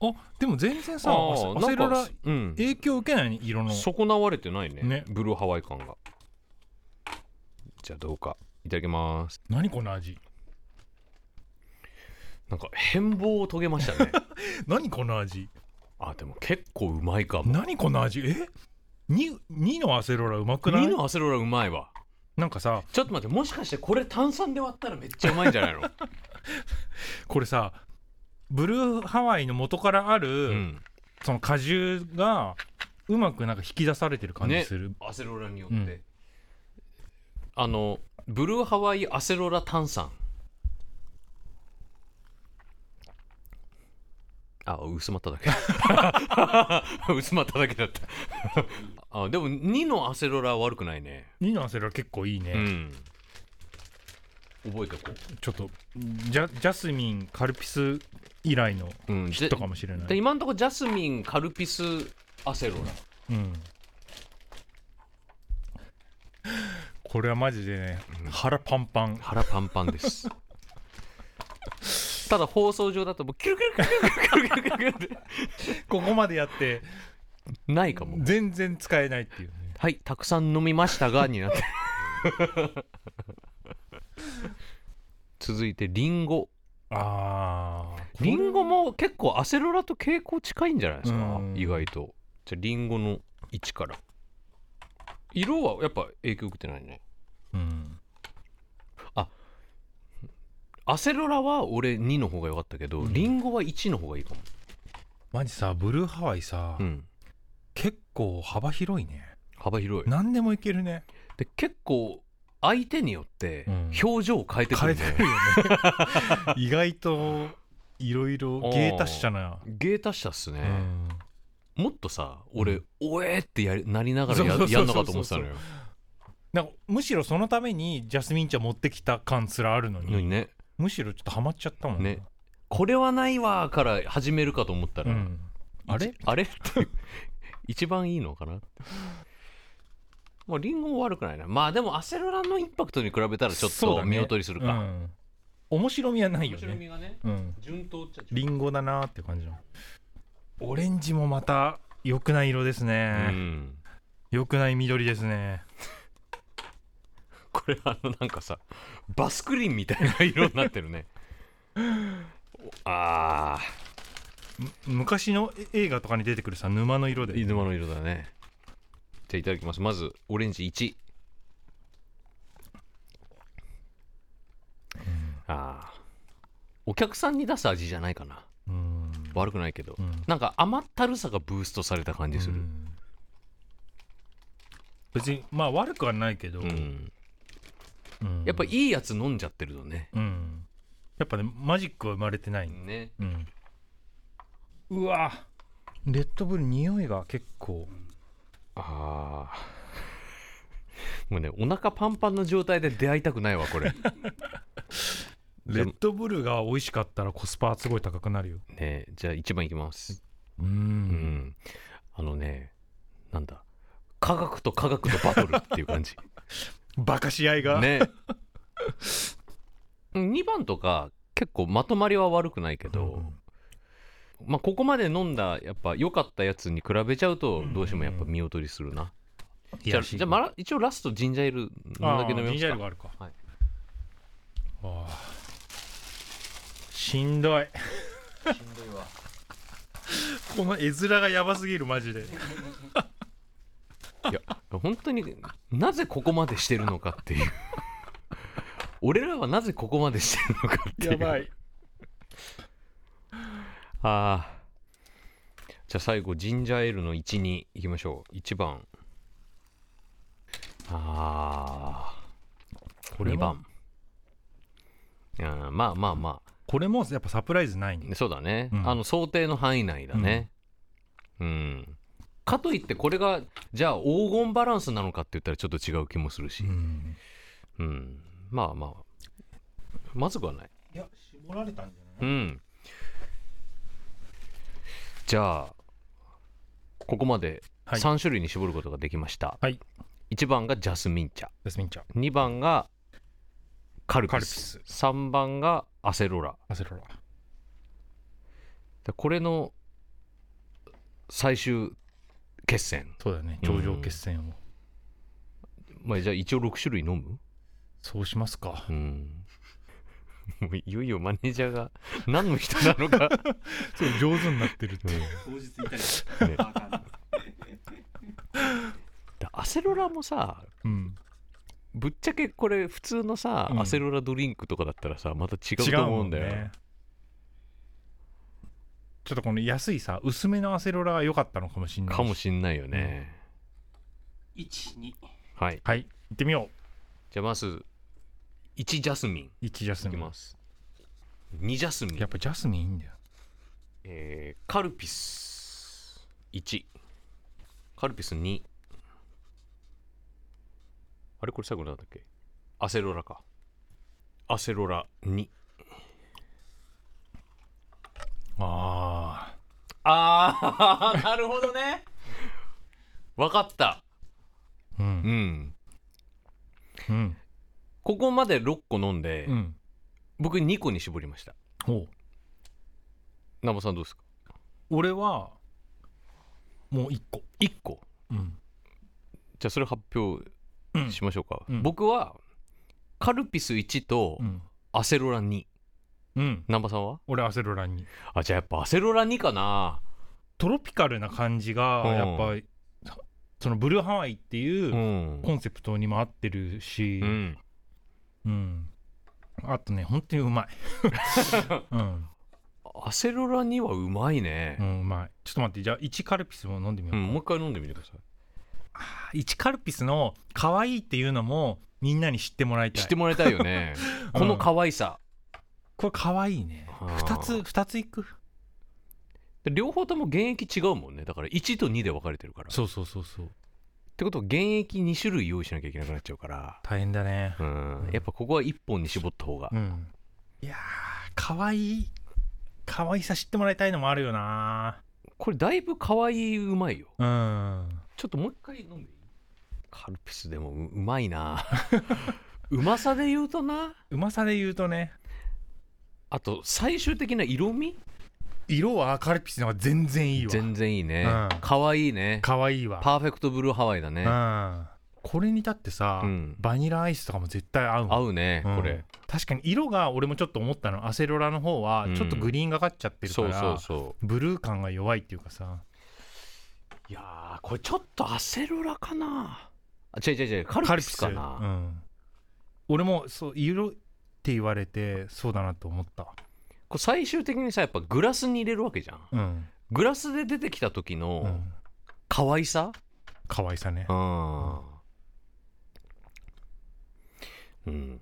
Speaker 3: あでも全然さ
Speaker 1: あ
Speaker 3: アセ
Speaker 1: ー
Speaker 3: アセロ
Speaker 1: な
Speaker 3: ラ
Speaker 1: んかうん
Speaker 3: 影響受けないね色の
Speaker 1: 損なわれてないね
Speaker 3: ね
Speaker 1: ブルーハワイ感がじゃあどうかいただきます
Speaker 3: 何この味
Speaker 1: なんか変貌を遂げました ね
Speaker 3: 何この味
Speaker 1: あでも結構うまいかも
Speaker 3: 何この味えに 2, のアセロラうまくない
Speaker 1: 2のアセロラうまいわ
Speaker 3: なんかさ
Speaker 1: ちょっと待ってもしかしてこれ炭酸で割ったらめっちゃうまいんじゃない の
Speaker 3: これさブルーハワイの元からある、
Speaker 1: うん
Speaker 3: その果汁がうまくなんか引き出されてる感じ
Speaker 1: ね
Speaker 3: する、
Speaker 1: アセロラによっ
Speaker 3: うん
Speaker 1: てあのブルーハワイアセロラ炭酸あ薄まっただけ薄まっただけだったあでも2のアセロラは悪くないね
Speaker 3: 2のアセロラ結構いいね、
Speaker 1: うん覚えておこ
Speaker 3: ちょっとジャジャスミンカルピス以来の
Speaker 1: う、うん、
Speaker 3: ヒッ
Speaker 1: で
Speaker 3: トかもしれない、
Speaker 1: で今のところジャスミンカルピスアセロラ
Speaker 3: うん、これはマジでね、腹パンパン
Speaker 1: 腹パンパンですただ放送上だともうキュルキュルキュルキュルキュルキュルキュルって
Speaker 3: ここまでやって
Speaker 1: ないかも
Speaker 3: 全然使えないっていうね
Speaker 1: はいたくさん飲みました がになって続いてリンゴ
Speaker 3: あー
Speaker 1: リンゴも結構アセロラと傾向近いんじゃないですか
Speaker 3: うん
Speaker 1: 意外とじゃあリンゴの位置から色はやっぱ影響受けてないね
Speaker 3: うん
Speaker 1: アセロラは俺2の方が良かったけど、
Speaker 3: うん
Speaker 1: リンゴは1の方がいいかも、
Speaker 3: マジさブルーハワイさ、
Speaker 1: うん、
Speaker 3: 結構幅広いね
Speaker 1: 幅広い
Speaker 3: 何でもいけるね
Speaker 1: で結構相手によって
Speaker 3: うん
Speaker 1: 表情を変えてく
Speaker 3: 変え
Speaker 1: る、
Speaker 3: て
Speaker 1: ね
Speaker 3: るよね 意外といろいろ芸達者な、
Speaker 1: 芸達者っすね、
Speaker 3: うん
Speaker 1: もっとさ
Speaker 3: う
Speaker 1: 俺
Speaker 3: ん
Speaker 1: 「おえ!」ってやりなりながらや
Speaker 3: そうそうそうそう
Speaker 1: やんのかと思ってたのよ
Speaker 3: なんかむしろそのためにジャスミン茶持ってきた感すらあるのに、
Speaker 1: のにね
Speaker 3: むしろちょっとハマっちゃったもん
Speaker 1: ね「これはないわ」から始めるかと思った
Speaker 3: う
Speaker 1: ら、
Speaker 3: ん、あれ
Speaker 1: いちあれっていう一番いいのかなまあリンゴも悪くないなまあでもアセロラのインパクトに比べたらちょっ
Speaker 3: そうだ
Speaker 1: と
Speaker 3: ね
Speaker 1: 見劣りする
Speaker 3: う
Speaker 1: か、
Speaker 3: ん、面白みはない
Speaker 1: 面
Speaker 3: よ
Speaker 1: 白み
Speaker 3: ね、
Speaker 1: がね
Speaker 3: うん、
Speaker 1: 順当っちゃ順
Speaker 3: リンゴだなーって感じのオレンジもまた良くない色です
Speaker 1: 当う
Speaker 3: ね
Speaker 1: ん
Speaker 3: 良、くない緑ですね
Speaker 1: これあのなんかさバスクリンみたいな色になってる ねおああ
Speaker 3: む昔の映画とかに出てくるさ沼の色で
Speaker 1: 犬間の色だねじゃあいただきますまずオレンジ1、あーお客さんに出す味じゃないかな
Speaker 3: うん
Speaker 1: 悪くないけど、
Speaker 3: うん
Speaker 1: なんか甘ったるさがブーストされた感じす
Speaker 3: う
Speaker 1: る
Speaker 3: ん別にまあ悪くはないけど、
Speaker 1: うん、
Speaker 3: うん
Speaker 1: やっぱいいやつ飲んじゃってるとね、
Speaker 3: うんやっぱねマジックは生まれてない、
Speaker 1: ね
Speaker 3: うん、うわレッドブル匂いが結構
Speaker 1: ああもうねお腹パンパンの状態で出会いたくないわこ れ
Speaker 3: レッドブルが美味しかったらコスパはすごい高くなるよ
Speaker 1: ねじゃあ1番いきます
Speaker 3: う
Speaker 1: うんん、あのねなんだ科学と科学とバトルっていう感じ
Speaker 3: バカし合い が、
Speaker 1: ね2番とか結構まとまりは悪くないけど、
Speaker 3: うん
Speaker 1: まあ、ここまで飲んだやっぱ良かったやつに比べちゃうとどうしてもやっぱ見劣りするな、じゃあじゃあまら一応ラストジンジャーエール飲んだけ飲
Speaker 3: ジン
Speaker 1: み
Speaker 3: ジャーエール
Speaker 1: ま
Speaker 3: があるか、
Speaker 1: はい
Speaker 3: あーしんどいこの絵面がやばすぎるマジです
Speaker 1: か本当になぜここまでしてるのかって いう俺らはなぜここまでしてるのかっていう
Speaker 3: やばい
Speaker 1: ああじゃあ最後ジンジャーエールの1にいきましょう1番ああ
Speaker 3: これ
Speaker 1: 2
Speaker 3: も
Speaker 1: 番あーまあまあまあ
Speaker 3: これもやっぱサプライズないね
Speaker 1: そうだね、
Speaker 3: うん
Speaker 1: あの想定の範囲内だねうん、かといってこれがじゃあ黄金バランスなのかって言ったらちょっと違う気もするし
Speaker 3: うん
Speaker 1: うん、まあまあまずくはない
Speaker 3: いや絞られたんじゃない
Speaker 1: うん。じゃあ、ここまで
Speaker 3: はい
Speaker 1: 3種類に絞ることができました。
Speaker 3: はい
Speaker 1: 1番がジャスミン茶、
Speaker 3: ジャスミン茶
Speaker 1: 2番がカル
Speaker 3: カ
Speaker 1: ピ
Speaker 3: ルピ
Speaker 1: ス、
Speaker 3: ス
Speaker 1: 3番がアセロラ。
Speaker 3: アセロラ
Speaker 1: でこれの最終決戦。
Speaker 3: そうだね頂上決戦を、
Speaker 1: まあ、じゃあ一応6種類飲む
Speaker 3: そうしますか
Speaker 1: うん。もういよいよマネージャー が何の人なのか、
Speaker 3: そう上手になってるっていう
Speaker 4: 当日いたり
Speaker 1: ね
Speaker 4: パーカーの
Speaker 1: でアセロラもさ
Speaker 3: うん
Speaker 1: ぶっちゃけこれ普通のさ、
Speaker 3: うん
Speaker 1: アセロラドリンクとかだったらさまた違うと思うんだよ、
Speaker 3: 違もねちょっとこの安いさ薄めのアセロラが良かったのかもしんない
Speaker 1: かもしんないよね、
Speaker 4: 12
Speaker 1: はい
Speaker 3: はい行ってみよ
Speaker 1: じゃあまず1ジャスミ
Speaker 3: う1ジャ
Speaker 1: ン
Speaker 3: ス
Speaker 1: いき
Speaker 3: ミン
Speaker 1: ます2ジャスミ
Speaker 3: や
Speaker 1: ン
Speaker 3: っ、ぱジャスミンいいんだよ
Speaker 1: えーカルピス1カルピス2あれこれ最後なんだっけアセロラかアセロラ2
Speaker 3: あ
Speaker 1: あー なるほどねわかった
Speaker 3: あう
Speaker 1: うんん
Speaker 3: うん
Speaker 1: ここまで6個飲んで、
Speaker 3: うん
Speaker 1: 僕2個に絞りました
Speaker 3: おう
Speaker 1: 南波さんどうですか
Speaker 3: 俺はもう1個
Speaker 1: 1個
Speaker 3: うん
Speaker 1: じゃあそれ発表
Speaker 3: うん
Speaker 1: しましょうか、
Speaker 3: うん
Speaker 1: 僕はカルピス1と
Speaker 3: うん、
Speaker 1: アセロラ2
Speaker 3: うん、
Speaker 1: 南波さんは
Speaker 3: 俺アセロラに
Speaker 1: あじゃあやっぱアセロラ2かな
Speaker 3: トロピカルな感じが
Speaker 1: うん
Speaker 3: やっぱ、そのブルーハワイって
Speaker 1: う、
Speaker 3: いうんコンセプトにも合ってるし、
Speaker 1: うん、
Speaker 3: うん、あとね本当にう まい、うん
Speaker 1: アセロラ2はうまいね
Speaker 3: う、ん、うまいちょっと待ってじゃあ1カルピスも飲んでみよ
Speaker 1: う
Speaker 3: う、
Speaker 1: んもう一回飲んでみてください
Speaker 3: 1カルピスの可愛いっていうのもみんなに知ってもらいたい
Speaker 1: 知ってもらいたいよ ね
Speaker 3: うん
Speaker 1: この可愛さ、
Speaker 3: これ可愛いね
Speaker 1: あー
Speaker 3: 2つ2ついく
Speaker 1: で両方とも原液違うもんねだから1と2で分かれてるからっ
Speaker 3: そうそうそうそう
Speaker 1: てことは原液2種類用意しなきゃいけなくなっちゃうから
Speaker 3: 大変だね
Speaker 1: うんやっぱここは1本に絞った方が
Speaker 3: うんいやー可愛い可愛さ知ってもらいたいのもあるよな
Speaker 1: これだいぶ可愛いうまいよ
Speaker 3: うん
Speaker 1: ちょっともう一回飲んでいいカルピスでもううまい なうまさで言うとな
Speaker 3: うまさで言うとね
Speaker 1: あと最終的な色味
Speaker 3: 色はカルピスの方が全然いいわ
Speaker 1: 全然いいね
Speaker 3: うん
Speaker 1: 可愛、いいね
Speaker 3: 可愛いわ
Speaker 1: パーフェクトブルーハワイだね、
Speaker 3: うん、これにだってさ、
Speaker 1: うん
Speaker 3: バニラアイスとかも絶対合うもん
Speaker 1: 合うね
Speaker 3: うん
Speaker 1: これ、
Speaker 3: 確かに色が俺もちょっと思ったのアセロラの方は
Speaker 1: うん
Speaker 3: ちょっとグリーンがかっちゃってるか
Speaker 1: そう
Speaker 3: ら、
Speaker 1: そうそ
Speaker 3: ブルー感が弱いっていうかさ
Speaker 1: ういやーこれちょっとアセロラかなあ違う違う違うカルピスかな
Speaker 3: うん、俺もそう色って言われてそうだなと思った
Speaker 1: これ最終的にさやっぱグラスに入れるわけじゃん
Speaker 3: うん、
Speaker 1: グラスで出てきた時
Speaker 3: う
Speaker 1: の
Speaker 3: ん、
Speaker 1: 可愛さ、
Speaker 3: 可愛さね
Speaker 1: あーうん。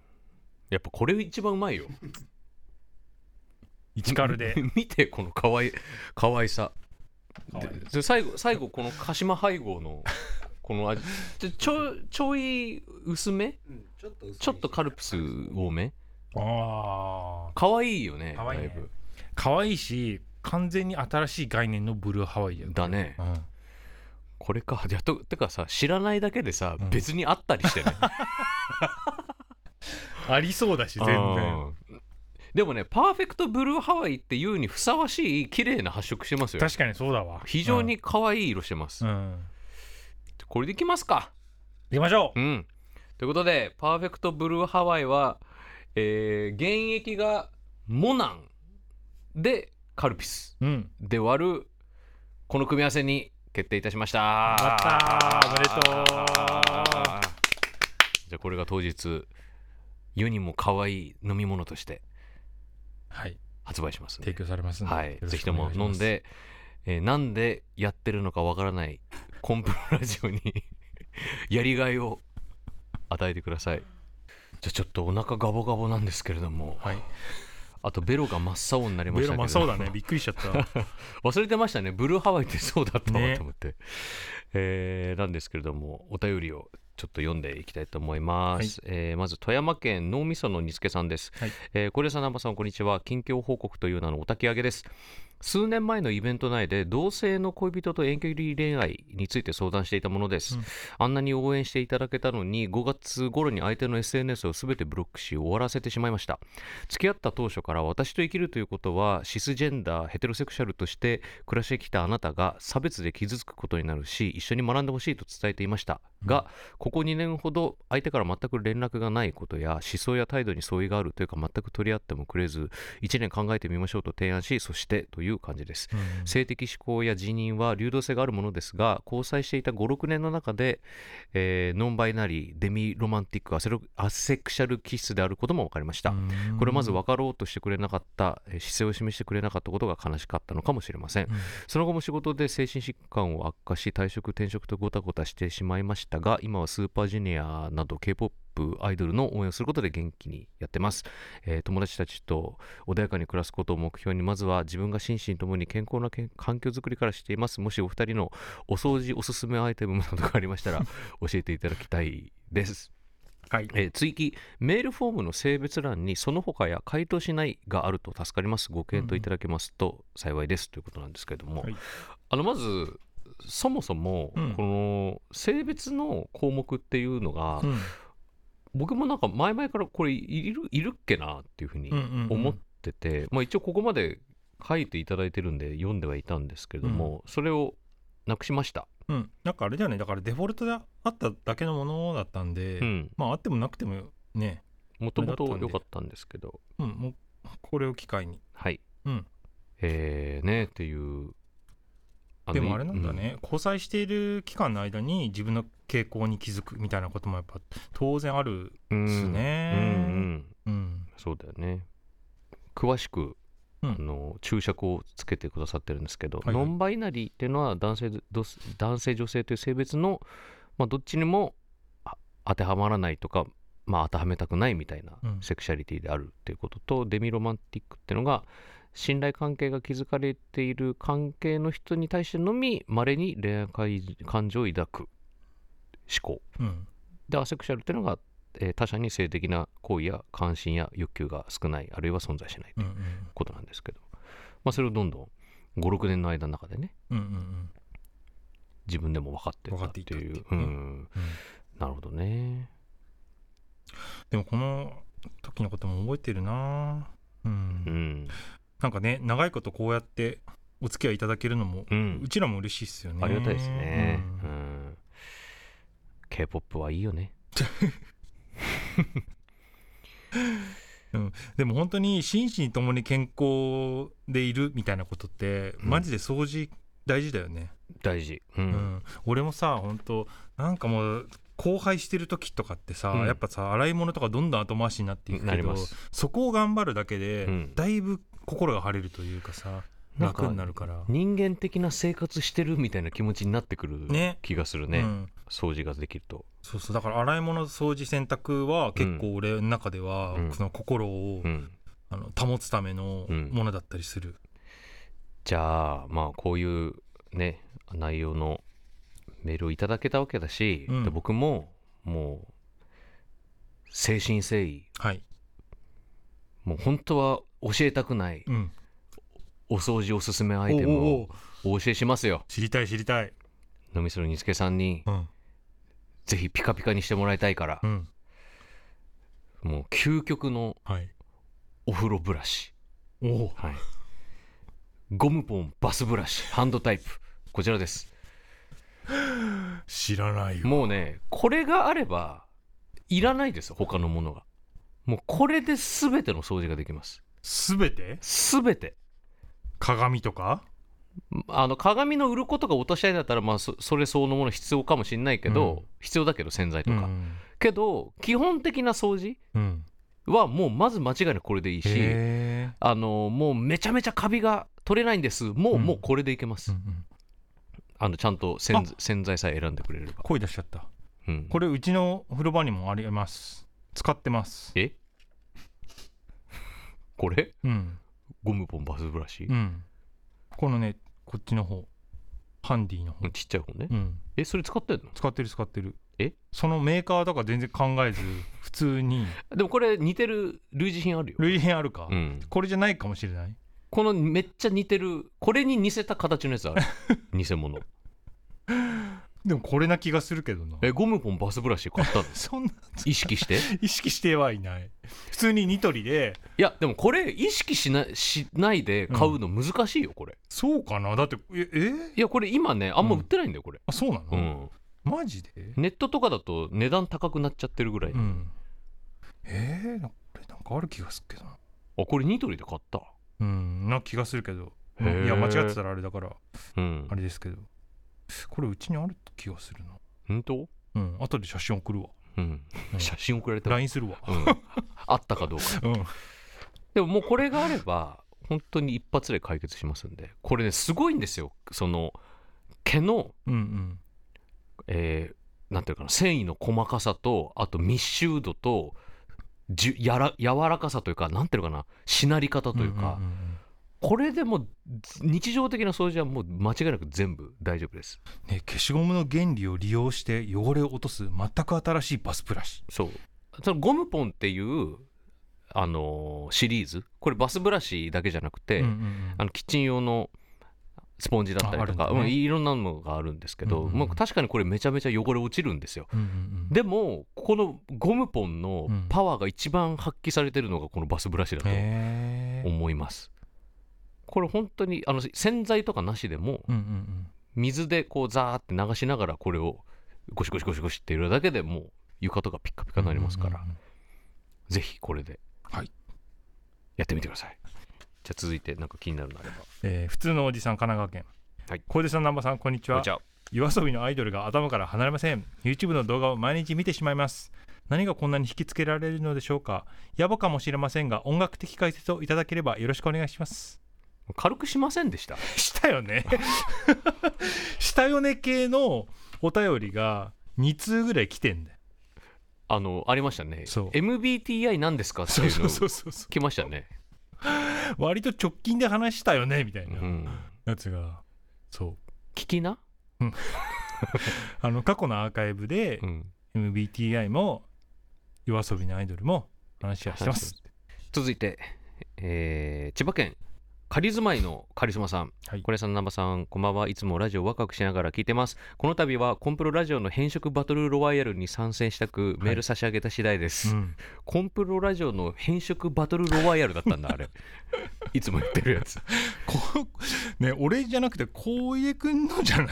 Speaker 1: やっぱこれ一番うまいよ。
Speaker 3: 1カルで
Speaker 1: 見て、このかわい、かわいさ。
Speaker 4: 可愛い
Speaker 1: で最後、最後、この鹿島配合の、この味。ちょ、ちょちょい薄め
Speaker 4: うんちょっと薄い
Speaker 1: ちょっとカルピス多め
Speaker 3: ああ
Speaker 1: かわいいよね。
Speaker 3: 可愛いね
Speaker 1: だぶ
Speaker 3: 可愛いし完全に新しい概念のブルーハワイだよ、
Speaker 1: だね
Speaker 3: う。ん、
Speaker 1: これか。い やとてかさ、知らないだけでさ、
Speaker 3: うん
Speaker 1: 別にあ ったりしてね。
Speaker 3: ありそうだし全然
Speaker 1: うん。でもねパーフェクトブルーハワイっていうにふさわしい綺麗な発色してますよ
Speaker 3: 確かにそうだわ
Speaker 1: 非常に可愛い色してます、
Speaker 3: うん、うん
Speaker 1: これでいきますか
Speaker 3: 行きましょう
Speaker 1: うんということでパーフェクトブルーハワイは、えー、原液がモナンでカルピス
Speaker 3: うん
Speaker 1: で割るこの組み合わせに決定いたしました
Speaker 3: やったーおめでとう
Speaker 1: じゃあこれが当日世にも可愛い飲み物として
Speaker 3: はい
Speaker 1: 発売しますんで
Speaker 3: 提供されますんで
Speaker 1: はい
Speaker 3: よ、ろ
Speaker 1: ぜ
Speaker 3: し
Speaker 1: ひ
Speaker 3: く
Speaker 1: と
Speaker 3: お願
Speaker 1: も
Speaker 3: いします
Speaker 1: 飲んで、えーなんでやってるのかわからないコンプラジオに やりがいを与えてくださいじゃあちょっとお腹ガボガボなんですけれども、
Speaker 3: はい
Speaker 1: あとベロが真っ青になりま
Speaker 3: ベ
Speaker 1: したけ
Speaker 3: ロ
Speaker 1: ど
Speaker 3: まあそうだねびっくりし ちゃった
Speaker 1: 忘れてましたねブルーハワイってそうだったわ
Speaker 3: ね
Speaker 1: と思って、えーなんですけれどもお便りをちょっと読んでいきたいと思います、えーまず富山県脳みそのにつけさんです、
Speaker 3: はい
Speaker 1: えー、小出さん南波さんこんにちは近況報告という名のお焚き上げです数年前のイベント内で同性の恋人と遠距離恋愛について相談していたものです、
Speaker 3: うん
Speaker 1: あんなに応援していただけたのに5月頃に相手の SNS を全てブロックし終わらせてしまいました付き合った当初から私と生きるということはシスジェンダーヘテロセクシャルとして暮らしてきたあなたが差別で傷つくことになるし一緒に学んでほしいと伝えていましたが、ここ2年ほど相手から全く連絡がないことや思想や態度に相違があるというか全く取り合ってもくれず1年考えてみましょうと提案しそしてという感じです
Speaker 3: うん
Speaker 1: 性的指向や辞任は流動性があるものですが交際していた56年の中で、えーノンバイナリーデミロマンティックアセロアセクシャル気質であることも分かりました、これまず分かろうとしてくれなかったえー姿勢を示してくれなかったことが悲しかったのかもしれません、
Speaker 3: うん
Speaker 1: その後も仕事で精神疾患を悪化し退職転職とごたごたしてしまいましたが今はスーパージュニアなど k p o p アイドルの応援をすることで元気にやってます、えー友達たちと穏やかに暮らすことを目標にまずは自分が心身ともに健康なけん環境づくりからしていますもしお二人のお掃除おすすめアイテムなどがありましたら教えていただきたいです
Speaker 3: はい
Speaker 1: えー追記メールフォームの性別欄にその他や回答しないがあると助かりますご検討いただけますと幸いです、ということなんですけれども、
Speaker 3: はい
Speaker 1: あのまずそもそも、
Speaker 3: うん
Speaker 1: この性別の項目っていうのが、
Speaker 3: うん
Speaker 1: 僕もなんか前々からこれいるいるっけなっていうふうに
Speaker 3: うんうんうん
Speaker 1: 思ってて、まあ、一応ここまで書いていただいてるんで読んではいたんですけれども、それをなくしました。
Speaker 3: うんなんかあれだよねだからデフォルトであっただけのものだったんで、
Speaker 1: うん
Speaker 3: まああってもなくてもね
Speaker 1: もとも
Speaker 3: これだった
Speaker 1: と
Speaker 3: んで
Speaker 1: 良かったんですけど
Speaker 3: うんもうこれを機会に
Speaker 1: はい、
Speaker 3: うん
Speaker 1: えー、ねっていうの
Speaker 3: でもあれなんだ
Speaker 1: う
Speaker 3: ね、交際している期間の間に自分の傾向に気づくみたいなこともやっぱ当然ある
Speaker 1: うん
Speaker 3: です
Speaker 1: う
Speaker 3: ね
Speaker 1: んうん
Speaker 3: うん
Speaker 1: そうだよね詳しく、
Speaker 3: うん
Speaker 1: あの注釈をつけてくださってるんですけど、
Speaker 3: はいはい
Speaker 1: ノンバイナリーっていうのは男性ど男性女性という性別の、まあ、どっちにもあ当てはまらないとか、まあ、当てはめたくないみたいな
Speaker 3: うん
Speaker 1: セクシャリティであるっていうことと、デミロマンティックっていうのが信頼関係が築かれている関係の人に対してのみまれに恋愛感情を抱く思考
Speaker 3: うん
Speaker 1: でアセクシャルっていうのが、えー他者に性的な行為や関心や欲求が少ないあるいは存在しない
Speaker 3: うん
Speaker 1: ことなんですけど、まあ、それをどんどん56年の間の中でね
Speaker 3: うんうんうん
Speaker 1: 自分でも分かってった
Speaker 3: 分か
Speaker 1: っ
Speaker 3: ってていった
Speaker 1: いう
Speaker 3: っていうね
Speaker 1: うん
Speaker 3: うん
Speaker 1: なるほどね
Speaker 3: でもこの時のことも覚えてるなうん、
Speaker 1: うん、
Speaker 3: なんかね長いことこうやってお付き合いいただけるのも、
Speaker 1: う
Speaker 3: うんちらも嬉しいっすよね
Speaker 1: ありがたいですね、う
Speaker 3: うん
Speaker 1: ん k p o p はいいよね
Speaker 3: でも本当に心身ともに健康でいるみたいなことって、
Speaker 1: うん
Speaker 3: マジで掃除大事だよね
Speaker 1: 大事う
Speaker 3: うんん、俺もさ本当なんかもう荒廃してる時とかってさ、
Speaker 1: うん
Speaker 3: やっぱさ洗い物とかどんどん後回しになっていく
Speaker 1: な
Speaker 3: け
Speaker 1: り
Speaker 3: ど
Speaker 1: ます
Speaker 3: そこを頑張るだけで、
Speaker 1: うん
Speaker 3: だいぶ心が晴れるというかさ
Speaker 1: なんか
Speaker 3: 楽になるから
Speaker 1: 人間的な生活してるみたいな気持ちになってくる
Speaker 3: ね
Speaker 1: 気がするね
Speaker 3: うん、
Speaker 1: 掃除ができると
Speaker 3: そうそうだから洗い物掃除洗濯は結構俺の中では、
Speaker 1: うん
Speaker 3: その心を、
Speaker 1: うん
Speaker 3: あの保つための
Speaker 1: うん
Speaker 3: ものだったりする、
Speaker 1: じゃあまあこういうね内容のメールをいただけたわけだし、
Speaker 3: うん
Speaker 1: で僕ももう誠心誠意
Speaker 3: はい、
Speaker 1: もう本当は教えたくない
Speaker 3: うん、
Speaker 1: お掃除おすすめアイテム
Speaker 3: おうおうお
Speaker 1: を
Speaker 3: う
Speaker 1: お教えしますよ
Speaker 3: 知りたい知りたい
Speaker 1: 飲みするにつけさんに
Speaker 3: うん
Speaker 1: ぜひピカピカにしてもらいたいから
Speaker 3: う、ん
Speaker 1: もう究極の
Speaker 3: はい
Speaker 1: お風呂ブラシ、
Speaker 3: おお
Speaker 1: はい、ゴムポンバスブラシハンドタイプこちらです
Speaker 3: 知らないよ
Speaker 1: もうねこれがあればいらないです他のものがもうこれで全ての掃除ができます
Speaker 3: 全て
Speaker 1: 全て
Speaker 3: 鏡とか
Speaker 1: あの鏡の売ることが落とし合いだったら、まあ、そそれそのもの必要かもしれないけど、
Speaker 3: うん
Speaker 1: 必要だけど洗剤とか、
Speaker 3: うん
Speaker 1: けど基本的な掃除
Speaker 3: うん、
Speaker 1: はもうまず間違いなくこれでいいし
Speaker 3: へ
Speaker 1: あのもうめちゃめちゃカビが取れないんですもう、
Speaker 3: うん
Speaker 1: もうこれでいけま
Speaker 3: え、
Speaker 1: す、
Speaker 3: うんうん、
Speaker 1: あのちゃんと洗剤洗剤さえ選んでくれれば、
Speaker 3: 声出しちゃった
Speaker 1: うん、
Speaker 3: これうちのお風呂場にもあります使ってます
Speaker 1: えこれ
Speaker 3: うん
Speaker 1: ゴムポンバスブラシ、
Speaker 3: うんこのねこっちの方ハンディの方
Speaker 1: ちっちゃい方ね、
Speaker 3: うん
Speaker 1: えそれ使ってんの
Speaker 3: 使ってる使ってる
Speaker 1: え
Speaker 3: そのメーカーとか全然考えず 普通に
Speaker 1: でもこれ似てる類似品あるよ、
Speaker 3: 類変あるか、
Speaker 1: うん、
Speaker 3: これじゃないかもしれない
Speaker 1: このめっちゃ似てるこれに似せた形のや つある偽物
Speaker 3: でもこれな気がするけどな
Speaker 1: えゴムポンバスブラシ買ったの
Speaker 3: そんな
Speaker 1: 意識してい
Speaker 3: 意識してはいない普通にニトリで
Speaker 1: やでもこれ意識しなしないで買うの難しいよこれ、
Speaker 3: そうかなだってええ
Speaker 1: いやこれ今ねあんま売ってないんだよこれ、
Speaker 3: あそうなの、
Speaker 1: うん、
Speaker 3: マジで
Speaker 1: ネットとかだと値段高くなっちゃってるぐらい、
Speaker 3: うんえー、なこれなんかある気がするけどな
Speaker 1: あこれニトリで買った
Speaker 3: うんな気がするけど
Speaker 1: へー
Speaker 3: いや間違ってたらあれだから
Speaker 1: うん
Speaker 3: あれですけどこれうちにある気がするな
Speaker 1: 本当
Speaker 3: うん後で写真送るわ
Speaker 1: うん
Speaker 3: うん
Speaker 1: 写真送られた、うん、
Speaker 3: LINE するわ
Speaker 1: あったかど うか
Speaker 3: うん
Speaker 1: でももうこれがあれば本当に一発で解決しますんでこれねすごいんですよその毛の
Speaker 3: うんうん
Speaker 1: えーなんていうかな繊維の細かさとあと密集度とじゅやら柔らかさというかなんていうのかなしなり方というか、
Speaker 3: んんん
Speaker 1: これでもうず日常的な掃除はもう間違いなく全部大丈夫です
Speaker 3: うんね、消しゴムの原理を利用して汚れを落とす全く新しいバスブラシ
Speaker 1: そうそのゴムポンっていう、あのーシリーズこれバスブラシだけじゃなくて、
Speaker 3: うんうんうん
Speaker 1: あのキッチン用のスポンジだったりと
Speaker 3: あ
Speaker 1: か、
Speaker 3: あるんだね
Speaker 1: うんいろんなのがあるんですけど、
Speaker 3: うんうんうん
Speaker 1: まあ、確かにこれめちゃめちゃ汚れ落ちるんですよ
Speaker 3: うんうんうん
Speaker 1: でもここのゴムポンのパワーが一番発揮されてるのがこのバスブラシだと
Speaker 3: へー
Speaker 1: 思います、これ本当にあの洗剤とかなしでも
Speaker 3: うんうんうん
Speaker 1: 水でこうザーって流しながらこれをゴシゴシゴシゴシってやるだけでもう床とかピッカピカになりますから、
Speaker 3: うんうんうん
Speaker 1: ぜひこれで
Speaker 3: はい
Speaker 1: やってみてくださいじゃあ続いてなんか気になるのあれば
Speaker 3: えー普通のおじさん神奈川県
Speaker 1: はい
Speaker 3: 小出さん南波さんこんにち
Speaker 1: こん
Speaker 3: は
Speaker 1: にちは
Speaker 3: 夜遊びのアイドルが頭から離れません YouTube の動画を毎日見てしまいます何がこんなに引きつけられるのでしょうか野暮かもしれませんが音楽的解説をいただければよろしくお願いします
Speaker 1: 軽くしませんでした
Speaker 3: した よねしたよね系のお便りが2通ぐらい来てんだよ
Speaker 1: あのありましたね
Speaker 3: そう
Speaker 1: MBTI 何ですかっていうの
Speaker 3: うそうそ
Speaker 1: 来ましたね
Speaker 3: う割と直近で話したよねみたいうなんやつがそう
Speaker 1: 聞きな
Speaker 3: あの過去のアーカイブで
Speaker 1: うん
Speaker 3: MBTI も夜遊びのアイドルも話はしてます
Speaker 1: 続いて、えー千葉県仮住まいのカリスマさん、
Speaker 3: はい
Speaker 1: これさん、南波さん、こんばんはいつもラジオワクワクしながら聞いてます。この度はコンプロラジオの変色バトルロワイヤルに参戦したくメール差し上げた次第です。
Speaker 3: うん
Speaker 1: コンプロラジオの変色バトルロワイヤルだったんだ、あ れ。いつも言ってるやつ。
Speaker 3: こね、俺じゃなくて光栄くんの じゃない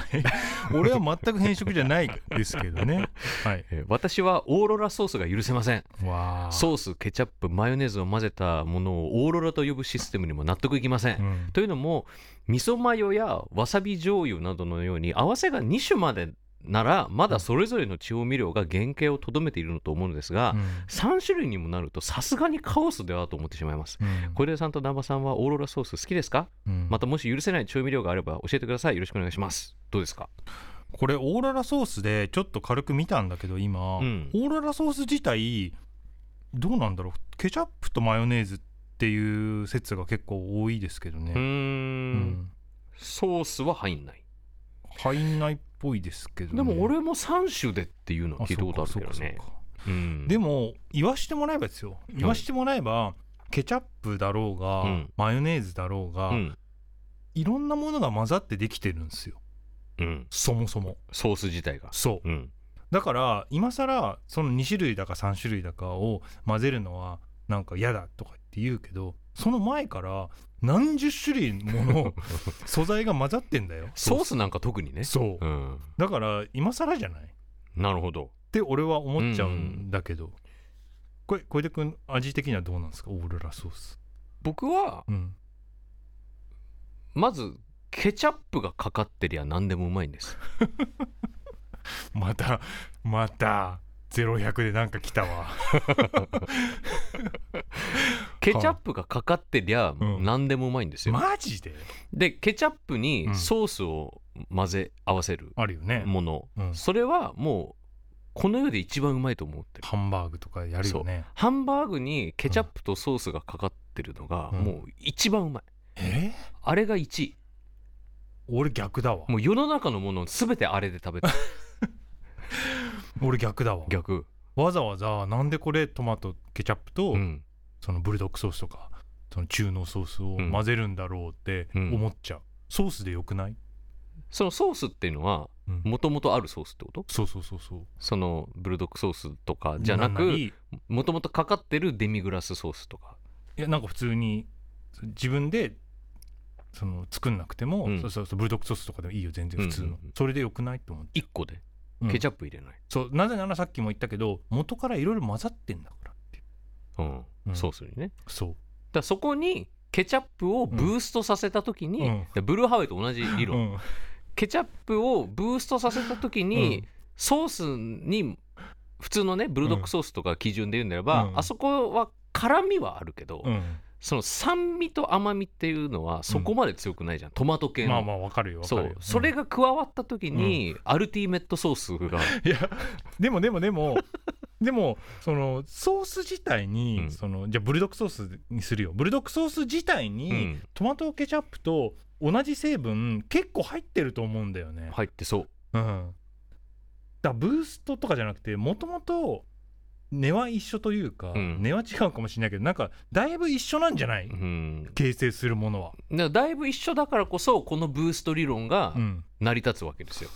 Speaker 3: 俺は全く変色じゃないですけどねはい
Speaker 1: えー私はオーロラソースが許せません。
Speaker 3: わあ
Speaker 1: ソース、ケチャップ、マヨネーズを混ぜたものをオーロラと呼ぶシステムにも納得いきません
Speaker 3: う。ん
Speaker 1: というのも味噌マヨやわさび醤油などのように合わせが2種までならまだそれぞれの調味料が原型をとどめているのと思うのですが、3種類にもなるとさすがにカオスではと思ってしまいます
Speaker 3: うん
Speaker 1: 小出さんと南波さんはオーロラソース好きですか
Speaker 3: うん
Speaker 1: またもし許せない調味料があれば教えてくださいよろしくお願いしますどうですか
Speaker 3: これオーロラソースでちょっと軽く見たんだけど今、
Speaker 1: うん
Speaker 3: オーロラソース自体どうなんだろうケチャップとマヨネーズっていう説が結構多いですけど
Speaker 1: うー
Speaker 3: ね、うん
Speaker 1: ソースは入んない
Speaker 3: 入んないっぽいですけど、ね、
Speaker 1: でも俺も3種でっていうのは
Speaker 3: あ
Speaker 1: 聞いたことあるけ
Speaker 3: そう
Speaker 1: ど
Speaker 3: かそうか
Speaker 1: ね
Speaker 3: そうか
Speaker 1: うん
Speaker 3: でも言わしてもらえばですよ言わしてもらえば、ケチャップだろうが、
Speaker 1: うん
Speaker 3: マヨネーズだろうが、
Speaker 1: うん
Speaker 3: いろんなものが混ざってできてるんですよ
Speaker 1: うん
Speaker 3: そもそも
Speaker 1: ソース自体が
Speaker 3: そう
Speaker 1: うん
Speaker 3: だから今更その2種類だか3種類だかを混ぜるのはなんか嫌だとかって言うけどその前から何十種類も の素材が混ざってんだよ
Speaker 1: ソースなんか特にね
Speaker 3: そう
Speaker 1: うん
Speaker 3: だから今更じゃないっ
Speaker 1: なるほど
Speaker 3: て俺は思っちゃうんだけど、これ小出君味的にはどうなんですかオーロラソース
Speaker 1: 僕は
Speaker 3: うん
Speaker 1: まずケチャップがかかってりゃ何でもうまいん です
Speaker 3: またまた0100でなんか来たわ
Speaker 1: ケチャップがかかってりゃ
Speaker 3: うん
Speaker 1: 何でもうまいんですよ、
Speaker 3: マジで
Speaker 1: でケチャップ
Speaker 3: う
Speaker 1: に
Speaker 3: ん
Speaker 1: ソースを混ぜ合わせる
Speaker 3: あるよね
Speaker 1: もの、
Speaker 3: うん
Speaker 1: それはもうこの世で一番うまいと思ってる
Speaker 3: ハンバーグとかやるよね
Speaker 1: ハンバーグにケチャップとソースがかかってるのが
Speaker 3: うん
Speaker 1: もう一番うまい、
Speaker 3: え
Speaker 1: あれが1位
Speaker 3: 俺逆だわ
Speaker 1: もう世の中のもの全てあれで食べてる
Speaker 3: 俺逆だわ
Speaker 1: 逆
Speaker 3: わざわざなんでこれトマトケチャップと、
Speaker 1: うん
Speaker 3: そのブルドックソースとかその中濃ソースを
Speaker 1: うん
Speaker 3: 混ぜるんだろうって
Speaker 1: うん
Speaker 3: 思っちゃう、ソースでよくない、
Speaker 1: そのソースっていうのは
Speaker 3: うん
Speaker 1: もともとあるソースってこと
Speaker 3: そうそうそうそう
Speaker 1: そのブルドックソースとかじゃなん
Speaker 3: な
Speaker 1: く
Speaker 3: り
Speaker 1: もともとかかってるデミグラスソースとか
Speaker 3: いやなんか普通にそ自分でその作んなくても、
Speaker 1: うん
Speaker 3: そうそうそうブルドックソースとかでもいいよ全然普通の、
Speaker 1: うんうんうん
Speaker 3: それでよくないと思う
Speaker 1: 1個で
Speaker 3: うん
Speaker 1: ケチャップ入れない、
Speaker 3: そうなぜならさっきも言ったけど元からいろいろ混ざってんだからってい
Speaker 1: う
Speaker 3: う
Speaker 1: ん
Speaker 3: うん
Speaker 1: ソースにね
Speaker 3: そう
Speaker 1: だからそこにケチャップをブーストさせた時に、
Speaker 3: うん
Speaker 1: でブルーハワイと同じ理論、
Speaker 3: うん
Speaker 1: ケチャップをブーストさせた時に、
Speaker 3: うん
Speaker 1: ソースに普通のねブルドックソースとか基準で言うならば、
Speaker 3: うん
Speaker 1: あそこは辛みはあるけど、
Speaker 3: うん
Speaker 1: その酸味と甘みっていうのはそこまで強くないじゃん、トマト系の、
Speaker 3: まあまあわかるよわか
Speaker 1: そ
Speaker 3: る
Speaker 1: う
Speaker 3: よ
Speaker 1: それが加わった時に、アルティメットソースが
Speaker 3: いやでもでもでもでもそのソース自体に、
Speaker 1: うん
Speaker 3: そのじゃあブルドックソースにするよブルドックソース自体に、
Speaker 1: うん
Speaker 3: トマトケチャップと同じ成分結構入ってると思うんだよね、
Speaker 1: 入ってそう
Speaker 3: うんだからブーストとかじゃなくてもともと根は一緒というか、
Speaker 1: うん
Speaker 3: 根は違うかもしれないけどなんかだいぶ一緒なんじゃない、
Speaker 1: うん、だか
Speaker 3: 形成するものは、
Speaker 1: らだいぶ一緒だからこそこのブースト理論が
Speaker 3: うん
Speaker 1: 成り立つわけですよ。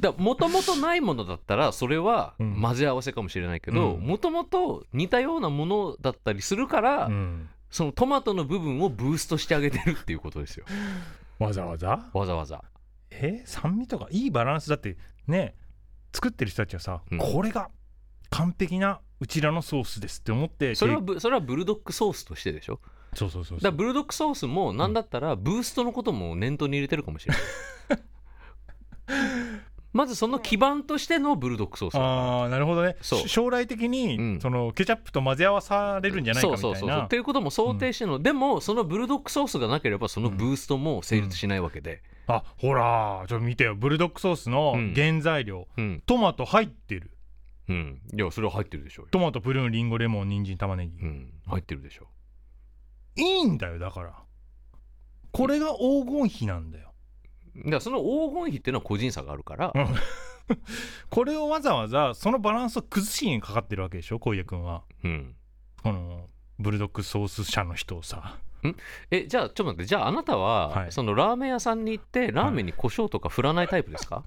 Speaker 1: だもともとないものだったらそれは
Speaker 3: うん
Speaker 1: 混ぜ合わせかもしれないけど
Speaker 3: うん
Speaker 1: もともと似たようなものだったりするから、
Speaker 3: うん
Speaker 1: そのトマトの部分をブーストしてあげてるっていうことですよ
Speaker 3: わざわざ
Speaker 1: わざわざ。
Speaker 3: えー酸味とかいいバランスだってね作ってる人たちはさ、
Speaker 1: うん
Speaker 3: これが完璧なうちらのソースですって思って
Speaker 1: それは
Speaker 3: け
Speaker 1: ブそれはブルドックソースとしてでしょ
Speaker 3: そうそうそう
Speaker 1: だから
Speaker 3: そう
Speaker 1: ブルドックソースもなんだったらブーストのことも念頭に入れてるかも しれないまずその基盤としてのブルドックソースだから
Speaker 3: ああなるほどね
Speaker 1: そう
Speaker 3: し将来的に、
Speaker 1: うん
Speaker 3: そのケチャップと混ぜ合わされるんじゃないかみたいな
Speaker 1: そうそうそうそうっていうことも想定しての、でもそのブルドックソースがなければそのブーストも成立しないわけで、
Speaker 3: あほらちょっと見てよブルドックソースの
Speaker 1: うん
Speaker 3: 原材料、
Speaker 1: うん
Speaker 3: トマト入ってる
Speaker 1: うんいやそれは入ってるでしょうよ
Speaker 3: トマトプルーンリンゴレモン人参玉ねぎ、
Speaker 1: うん入ってるでしょ
Speaker 3: いいんだよだからこれが黄金比なんだよ
Speaker 1: うだからその黄金比っていうのは個人差があるから、
Speaker 3: うんこれをわざわざそのバランスを崩しにかかってるわけでしょ小家君は
Speaker 1: うん、
Speaker 3: このブルドックソース社の人をさ
Speaker 1: えじゃあちょっと待ってじゃああなたは、
Speaker 3: はい
Speaker 1: そのラーメン屋さんに行ってラーメンに胡椒とか振らないタイプですか、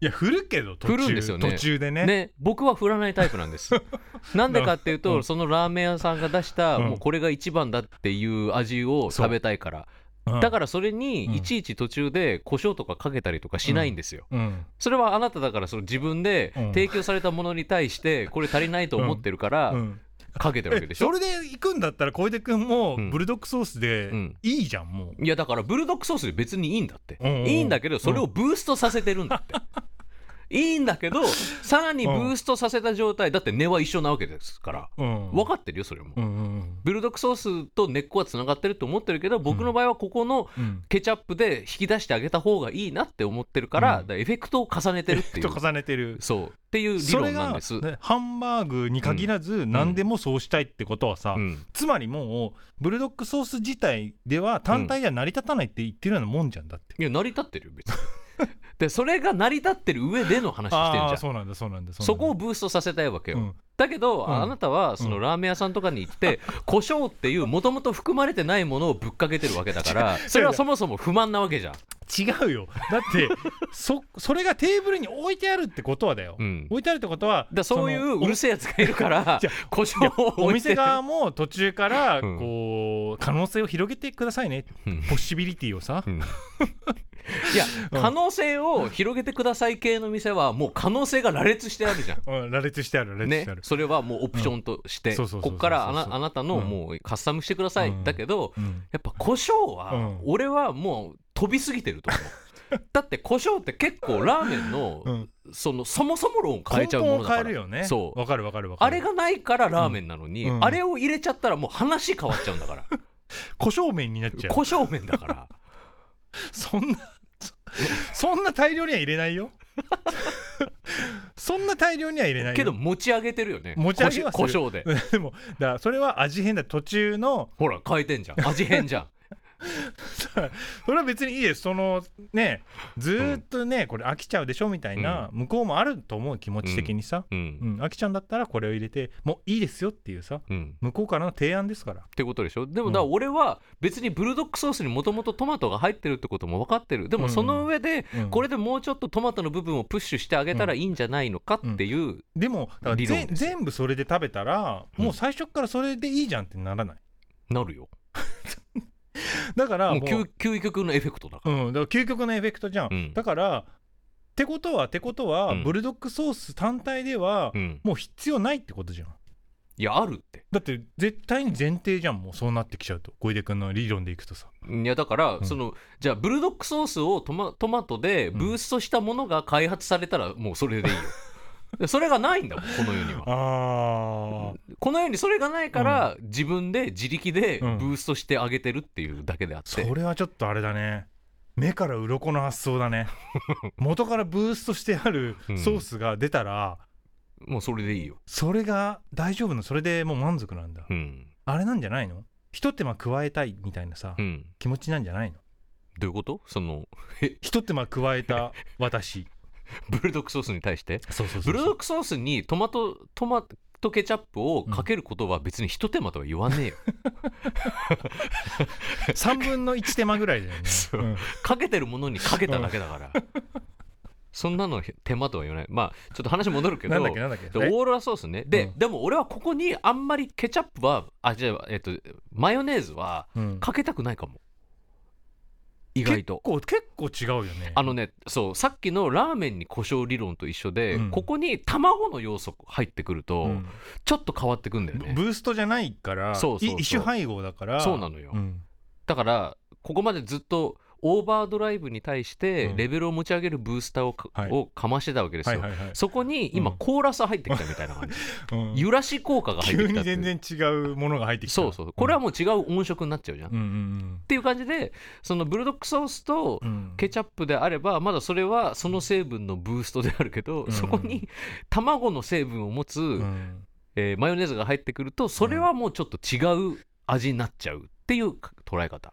Speaker 3: いや振るけど途中
Speaker 1: 振るんですよね
Speaker 3: 途中でね
Speaker 1: ね僕は振らないタイプなんです なんでかっていうと、
Speaker 3: うん
Speaker 1: そのラーメン屋さんが出した、
Speaker 3: うん
Speaker 1: もうこれが一番だっていう味を食べたいから
Speaker 3: うん
Speaker 1: だからそれ
Speaker 3: うん
Speaker 1: にいちいち途中で胡椒とかかけたりとかしないんですよ、
Speaker 3: うん
Speaker 1: それはあなただからその自分で
Speaker 3: うん
Speaker 1: 提供されたものに対してこれ足りないと思ってるから
Speaker 3: うん
Speaker 1: かけてるわけでしょ、
Speaker 3: それで行くんだったら小出君も
Speaker 1: うん
Speaker 3: ブルドックソースで
Speaker 1: うん
Speaker 3: いいじゃんもう
Speaker 1: いやだからブルドックソースで別にいいんだって、
Speaker 3: うんうんうん
Speaker 1: いいんだけどそれをブーストさせてるんだって、いいんだけどさらにブーストさせた状態だって根は一緒なわけですから
Speaker 3: うん
Speaker 1: 分かってるよそれも、
Speaker 3: うんうん
Speaker 1: ブルドックソースと根っこはつながってると思ってるけど僕の場合はここの
Speaker 3: うんうん
Speaker 1: ケチャップで引き出してあげた方がいいなって思ってるから,、
Speaker 3: うん
Speaker 1: エフェクトを重ねてるってい
Speaker 3: と
Speaker 1: う
Speaker 3: 重ねてる
Speaker 1: そうっていう理
Speaker 3: それ
Speaker 1: 論なん
Speaker 3: が
Speaker 1: です、
Speaker 3: ねハンバーグに限らず何でもそうしたいってことはさ、
Speaker 1: うん、
Speaker 3: つまりもうブルドックソース自体では単体では成り立たないって言ってるようなもんじゃんだって、
Speaker 1: いや成り立ってるよ別に でそれが成り立ってる上での話してん
Speaker 3: あ
Speaker 1: じ
Speaker 3: あ
Speaker 1: ゃ
Speaker 3: ー
Speaker 1: ん
Speaker 3: そうなんだそうなんだ
Speaker 1: そう
Speaker 3: なんだ
Speaker 1: こをブーストさせたいわけよ、
Speaker 3: うん
Speaker 1: だけど、
Speaker 3: うん
Speaker 1: あなたはそのラーメン屋さんとかに行って、胡 椒っていうもともと含まれてないものをぶっかけてるわけだからそれはそもそも不満なわけじゃん
Speaker 3: 違うよだってそそれがテーブルに置いてあるってことはだよ、
Speaker 1: うん、
Speaker 3: 置いてあるってことは
Speaker 1: だそういううるせえやつがいるから
Speaker 3: じゃ
Speaker 1: 故障を
Speaker 3: お
Speaker 1: 置いて
Speaker 3: 店側も途中から
Speaker 1: うん
Speaker 3: こう可能性を広げてくださいね、
Speaker 1: うん
Speaker 3: ポッシビリティをさ、
Speaker 1: うんいや
Speaker 3: うん
Speaker 1: 可能性を広げてください系の店はもう可能性が羅列してあるじゃ ん。
Speaker 3: うん、羅列してある羅列し
Speaker 1: ね
Speaker 3: てある、、
Speaker 1: それはもうオプションとし
Speaker 3: う
Speaker 1: て
Speaker 3: んそうそうそうそう
Speaker 1: こっからあなあなたの
Speaker 3: うん
Speaker 1: もうカスタムしてください、
Speaker 3: うん
Speaker 1: だけど
Speaker 3: うん
Speaker 1: やっぱ胡椒
Speaker 3: う
Speaker 1: は
Speaker 3: ん
Speaker 1: 俺はもう飛びすぎてると 思うだって胡椒って結構ラーメンの、
Speaker 3: うん
Speaker 1: そのそもそも論を変え
Speaker 3: 根
Speaker 1: ちゃうもの
Speaker 3: 本を
Speaker 1: だから
Speaker 3: 変えるよね
Speaker 1: そう
Speaker 3: わかるわかるわかる
Speaker 1: あれがないからラーメンなのに、
Speaker 3: うん
Speaker 1: あれを入れちゃったらもう話変わっちゃうんだから
Speaker 3: 胡椒麺になっちゃう
Speaker 1: 胡椒麺だから
Speaker 3: そんなそそんな大量には入れな いよそんな大量には入れないよ
Speaker 1: けど持ち上げてるよね
Speaker 3: 持ち上げはす
Speaker 1: 胡
Speaker 3: る
Speaker 1: 椒胡椒で
Speaker 3: でもだからそれは味変だ途中の
Speaker 1: ほら変えてんじゃん味変じゃん
Speaker 3: それは別にいいですそのねずーっとね、これ飽きちゃうでしょみたいな、向こうもあると思う気持ち的にさ、
Speaker 1: う、
Speaker 3: うんん飽きちゃうんだったらこれを入れてもういいですよっていうさ
Speaker 1: うん、
Speaker 3: 向こうからの提案ですから
Speaker 1: ってことでしょでも
Speaker 3: うん
Speaker 1: だから俺は別にブルドックソースにもともとトマトが入ってるってことも分かってるで
Speaker 3: う
Speaker 1: も
Speaker 3: ん
Speaker 1: その上で
Speaker 3: うん
Speaker 1: これでもうちょっとトマトの部分をプッシュしてあげたらいいんじゃないのかっていう
Speaker 3: でもだから
Speaker 1: 理論
Speaker 3: ぜ
Speaker 1: です
Speaker 3: 全部それで食べたら、
Speaker 1: うん
Speaker 3: もう最初からそれでいいじゃんってならない
Speaker 1: なるよ
Speaker 3: だから
Speaker 1: も
Speaker 3: も
Speaker 1: う
Speaker 3: う
Speaker 1: 究究極のエフェクトだか
Speaker 3: うん、だから究極のエフェクトじゃん、
Speaker 1: うん
Speaker 3: だからってことはってことは、
Speaker 1: うん
Speaker 3: ブルドックソース単体で
Speaker 1: ら
Speaker 3: は、
Speaker 1: うん
Speaker 3: もう必要ないってことじゃん
Speaker 1: いやあるって
Speaker 3: だって絶対に前提じゃんもうそうなってきちゃうと小出君の理論でいくとさ
Speaker 1: いやだから
Speaker 3: ん
Speaker 1: そのじゃあブルドックソースをトマトマトでブーストしたものが開発されたらもうそれでいいよ でそれがないんだもんこの世には
Speaker 3: あ
Speaker 1: この世にそれがないから自分で自力でブ
Speaker 3: うん
Speaker 1: ーストしてあげてるっていうだけであって
Speaker 3: それはちょっとあれだね目から鱗の発想 だね元からブーストしてある
Speaker 1: うん
Speaker 3: ソースが出たら、
Speaker 1: もうそれでいいよ
Speaker 3: それが大丈夫なのそれでもう満足なんだ、
Speaker 1: うん
Speaker 3: あれなんじゃないのひと手間加えたいみたいなさ、
Speaker 1: うん
Speaker 3: 気持ちなんじゃないの
Speaker 1: どういうことその
Speaker 3: ひと手間加えた私
Speaker 1: ブルドックソースに対して
Speaker 3: そうそうそうそう
Speaker 1: ブルドックソースにトマトトマトケチャップをかけることは別に一手間とは言わ ねえよ、
Speaker 3: 3分の1手間ぐらいだよ ね。
Speaker 1: そう
Speaker 3: うん
Speaker 1: かけてるものにかけただけだから、そんなの手間とは言わないまあちょっと話戻るけど
Speaker 3: なんだっけなんだっけ
Speaker 1: でオーロラソースねで、
Speaker 3: うん
Speaker 1: でも俺はここにあんまりケチャップはあじゃあ、えっと、マヨネーズは
Speaker 3: うん
Speaker 1: かけたくないかも意外と
Speaker 3: 結構結構違うよね。
Speaker 1: あのねそうさっきのラーメンに胡椒理論と一緒で、
Speaker 3: うん
Speaker 1: ここに卵の要素入ってくると、
Speaker 3: うん
Speaker 1: ちょっと変わってくんだよ
Speaker 3: ブ
Speaker 1: ね
Speaker 3: ブーストじゃないから、
Speaker 1: そうそうそう
Speaker 3: い一種配合だから。
Speaker 1: そうなのよ、
Speaker 3: うん
Speaker 1: だからここまでずっとオーバードライブに対して
Speaker 3: うん
Speaker 1: レベルを持ち上げるブースターをか,、
Speaker 3: はい
Speaker 1: をかましてたわけです
Speaker 3: は
Speaker 1: よ、
Speaker 3: いはいはい。
Speaker 1: そこに今
Speaker 3: うん
Speaker 1: コーラス入ってきたみたいな感じ、
Speaker 3: うん
Speaker 1: 揺らし効果が入って
Speaker 3: 急
Speaker 1: きた
Speaker 3: に
Speaker 1: っていう
Speaker 3: 全然違うものが入ってきた。
Speaker 1: そうそうこれはもう違う音色になっちゃうじゃん、
Speaker 3: う
Speaker 1: っ
Speaker 3: んうん
Speaker 1: ていう感じでそのブルドックソースと
Speaker 3: うんうん。
Speaker 1: ケチャップであればまだそれはその成分のブーストであるけど、
Speaker 3: うん
Speaker 1: そこに卵の成分を持つ、
Speaker 3: うん
Speaker 1: えーマヨネーズが入ってくるとそれはもうちょっと違う味になっちゃうっていう捉え方、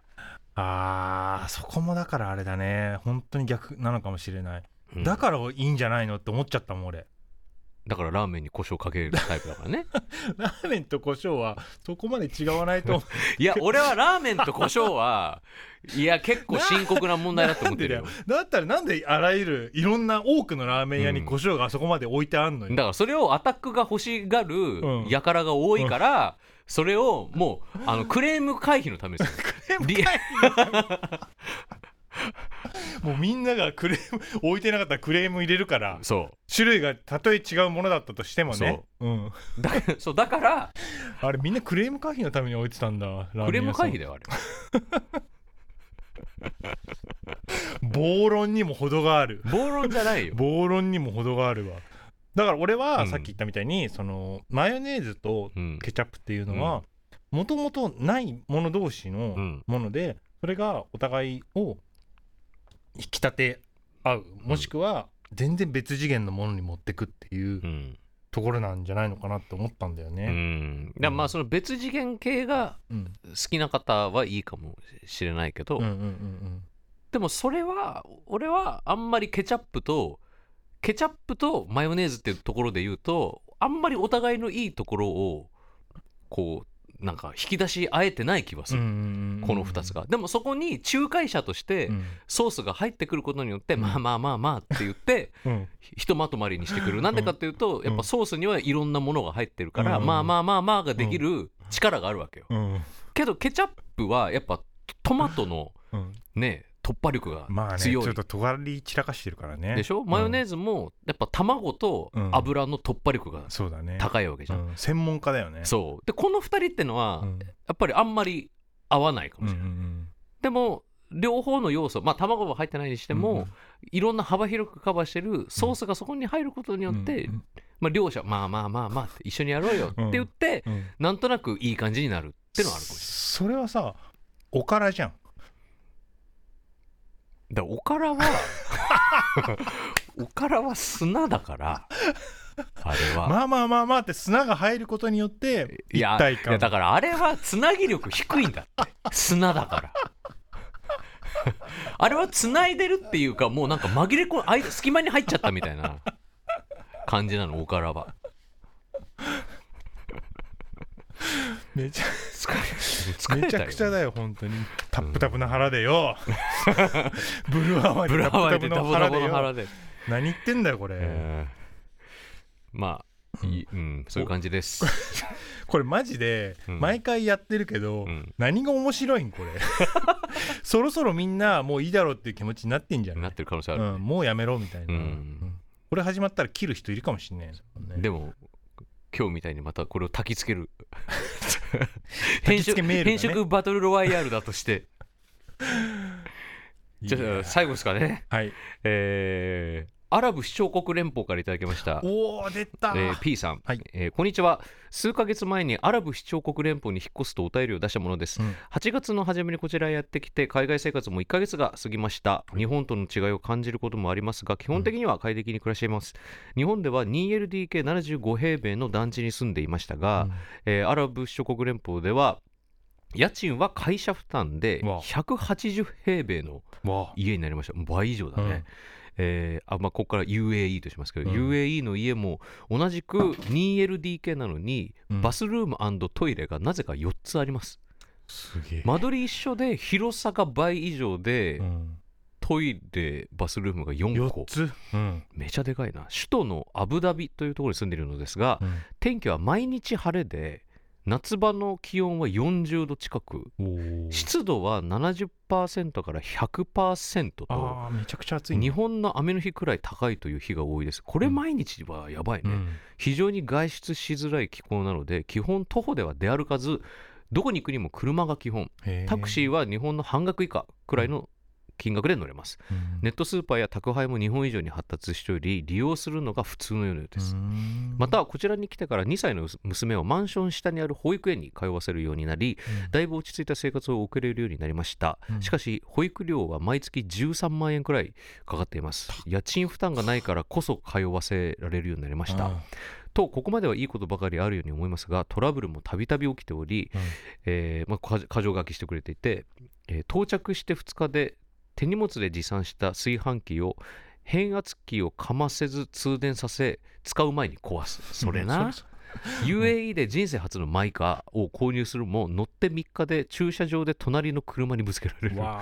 Speaker 3: あーそこもだからあれだね本当に逆なのかもしれない、
Speaker 1: うん
Speaker 3: だからいいんじゃないのって思っちゃったもん俺
Speaker 1: だからラーメンに胡椒かけるタイプだからね
Speaker 3: ラーメンと胡椒はそこまで違わないと思 う
Speaker 1: いや俺はラーメンと胡椒はいや結構深刻な問題だと思ってるよ
Speaker 3: なんでだよだったらなんであらゆるいろんな多くのラーメン屋に胡椒があそこまで置いてあんのよ、
Speaker 1: だからそれをアタックが欲しがる
Speaker 3: うん
Speaker 1: 輩が多いから、それをもうあのクレーム回避のため ですよリ
Speaker 3: もうみんながクレーム 置いてなかったらクレーム入れるから
Speaker 1: そ
Speaker 3: 種類がたとえ違うものだったとしてもねうん、
Speaker 1: うだそう だから
Speaker 3: あれみんなクレーム回避のために置いてたんだラ
Speaker 1: クレーム回避
Speaker 3: で
Speaker 1: だよあれ
Speaker 3: 暴論にも程がある
Speaker 1: 暴論じゃないよ
Speaker 3: 暴論にも程があるわだから俺
Speaker 1: う
Speaker 3: は
Speaker 1: ん
Speaker 3: さっき言ったみたいに、そのマヨネーズと
Speaker 1: うん
Speaker 3: ケチャップっていうのはもともとないもの同士の
Speaker 1: うん
Speaker 3: もので、それがお互いを引き立て合うもしくは全然別次元のものに持ってくっていう
Speaker 1: うん
Speaker 3: ところなんじゃないのかなって思ったんだよ
Speaker 1: う
Speaker 3: ね。
Speaker 1: んだからまあその別次元系が
Speaker 3: うん
Speaker 1: 好きな方はいいかもしれないけど、
Speaker 3: うんうんうん
Speaker 1: でもそれは俺はあんまりケチャップとケチャップとマヨネーズっていうところで言うとあんまりお互いのいいところをこうなんか引き出し合えてない気はす
Speaker 3: うんう
Speaker 1: る、
Speaker 3: んうん
Speaker 1: この2つがでもそこに仲介者として
Speaker 3: うん
Speaker 1: ソースが入ってくることによって、
Speaker 3: うん
Speaker 1: まあまあまあまあって言って
Speaker 3: うん
Speaker 1: ひとまとまりにしてくるなんでかっていうと、
Speaker 3: ん
Speaker 1: やっぱソースにはいろんなものが入ってるから、
Speaker 3: うん
Speaker 1: まあまあまあまあができる力があるわけよ、
Speaker 3: うん
Speaker 1: けどケチャップはやっぱトマトの
Speaker 3: うん
Speaker 1: ね突破力が
Speaker 3: まあねち
Speaker 1: 強い、
Speaker 3: ょっと尖り散らかしてるからね
Speaker 1: でしょマヨネー
Speaker 3: ズ
Speaker 1: ズもやっぱ卵と油の突破力が
Speaker 3: そうだね
Speaker 1: 高いわけじゃん、
Speaker 3: うん専門家だよね
Speaker 1: そうでこの2人ってのは、
Speaker 3: うん
Speaker 1: やっぱりあんまり合わないかもしれない、
Speaker 3: うん
Speaker 1: でも両方の要素まあ卵は入ってないにしても、
Speaker 3: うんうん
Speaker 1: いろんな幅広くカバーしてるソースがそこに入ることによって、
Speaker 3: うん
Speaker 1: まあ、両者まあまあまあまあって一緒にやろうよって言って、
Speaker 3: うんうん
Speaker 1: なんとなくいい感じになるってのはあるかもし
Speaker 3: それはさおからじゃん
Speaker 1: れないだからおからは おからは砂だからあれは、
Speaker 3: まあまあまあまあって砂が入ることによって
Speaker 1: い
Speaker 3: 一
Speaker 1: や
Speaker 3: 体
Speaker 1: いや
Speaker 3: 感
Speaker 1: だからあれはつなぎ力低いんだって砂だから あれはつないでるっていうかもうなんか紛れ込んあい隙間に入っちゃったみたいな感じなのおからは
Speaker 3: めちゃ
Speaker 1: 疲れ疲
Speaker 3: め
Speaker 1: れ
Speaker 3: ち
Speaker 1: たよ
Speaker 3: ゃくちゃだよ本当にタップタプの腹 でよブルーアワー
Speaker 1: ブ
Speaker 3: で
Speaker 1: ラ
Speaker 3: タ
Speaker 1: ワ
Speaker 3: ッ
Speaker 1: イで
Speaker 3: プタプの
Speaker 1: ダボダ
Speaker 3: 腹で
Speaker 1: ボの
Speaker 3: よ
Speaker 1: 腹で、
Speaker 3: 何言ってんだよこれ
Speaker 1: えーまあいうん、そういう感じです、
Speaker 3: これマジで
Speaker 1: うん
Speaker 3: 毎回やってるけど
Speaker 1: うん
Speaker 3: 何が面白い んこれそろそろみんなもういいだろうっていう気持ちになってんじゃな
Speaker 1: ないってる可能性ある、
Speaker 3: うんもうやめろみたいな
Speaker 1: うん
Speaker 3: うんこれ始まったら切る人いるかもしんないですもんね
Speaker 1: でも今日みたいにまたこれを焚きつける
Speaker 3: 焚
Speaker 1: 変
Speaker 3: きつ
Speaker 1: 色
Speaker 3: けメールがね
Speaker 1: 変色バトルロワイヤルだとして
Speaker 3: いい
Speaker 1: じ
Speaker 3: ね
Speaker 1: ゃあ最後ですかね
Speaker 3: はい
Speaker 1: えーアラブ首長国連邦からいただきました、え
Speaker 3: おお出た
Speaker 1: ー、P さん、
Speaker 3: はい
Speaker 1: えーこんにちは数ヶ月前にアラブ首長国連邦に引っ越すとお便りを出したものです、
Speaker 3: うん
Speaker 1: 8月の初めにこちらへやってきて海外生活も1ヶ月が過ぎました日本との違いを感じることもありますが基本的には快適に暮らしています、日本では 2LDK75 平米の団地に住んでいましたが、えーアラブ首長国連邦では家賃は会社負担で
Speaker 3: うわ
Speaker 1: 180平米の
Speaker 3: わ
Speaker 1: 家になりましたもう倍以上だね、
Speaker 3: うん
Speaker 1: えーあまあ、ここから UAE としますけど、
Speaker 3: うん
Speaker 1: UAE の家も同じく 2LDK なのに、
Speaker 3: うん
Speaker 1: バスルームトイレがなぜか4つあります
Speaker 3: すげえ
Speaker 1: 間取り一緒で広さが倍以上で、
Speaker 3: うん
Speaker 1: トイレバスルームが4個
Speaker 3: 4つうん
Speaker 1: めちゃでかいな首都のアブダビというところに住んでいるのですが、
Speaker 3: うん
Speaker 1: 天気は毎日晴れで夏場の気温は40度近く
Speaker 3: おー
Speaker 1: 湿度は70%から100%と
Speaker 3: あーめちゃくちゃ暑いね
Speaker 1: 日本の雨の日くらい高いという日が多いですこれ毎日はやばいね、
Speaker 3: うん
Speaker 1: 非常に外出しづらい気候なので基本徒歩では出歩かずどこに行くにも車が基本
Speaker 3: へー
Speaker 1: タクシーは日本の半額以下くらいの金額で乗れます
Speaker 3: うん
Speaker 1: ネットスーパーや宅配も日本以上に発達しており利用するのが普通のようです
Speaker 3: うーん
Speaker 1: またこちらに来てから2歳の娘をマンション下にある保育園に通わせるようになり
Speaker 3: うん
Speaker 1: だいぶ落ち着いた生活を送れるようになりました、
Speaker 3: うん
Speaker 1: しかし保育料は毎月13万円くらいかかっています家賃負担がないからこそ通わせられるようになりました、
Speaker 3: うん
Speaker 1: とここまではいいことばかりあるように思いますがトラブルもたびたび起きており、
Speaker 3: うん
Speaker 1: えーまあ、か箇条書きしてくれていて、えー到着して2日で手荷物で持参した炊飯器を変圧器をかませず通電させ使う前に壊すそれな、
Speaker 3: うんそ
Speaker 1: UAE で人生初のマイカーを購入するも乗って3日で駐車場で隣の車にぶつけられる
Speaker 3: わ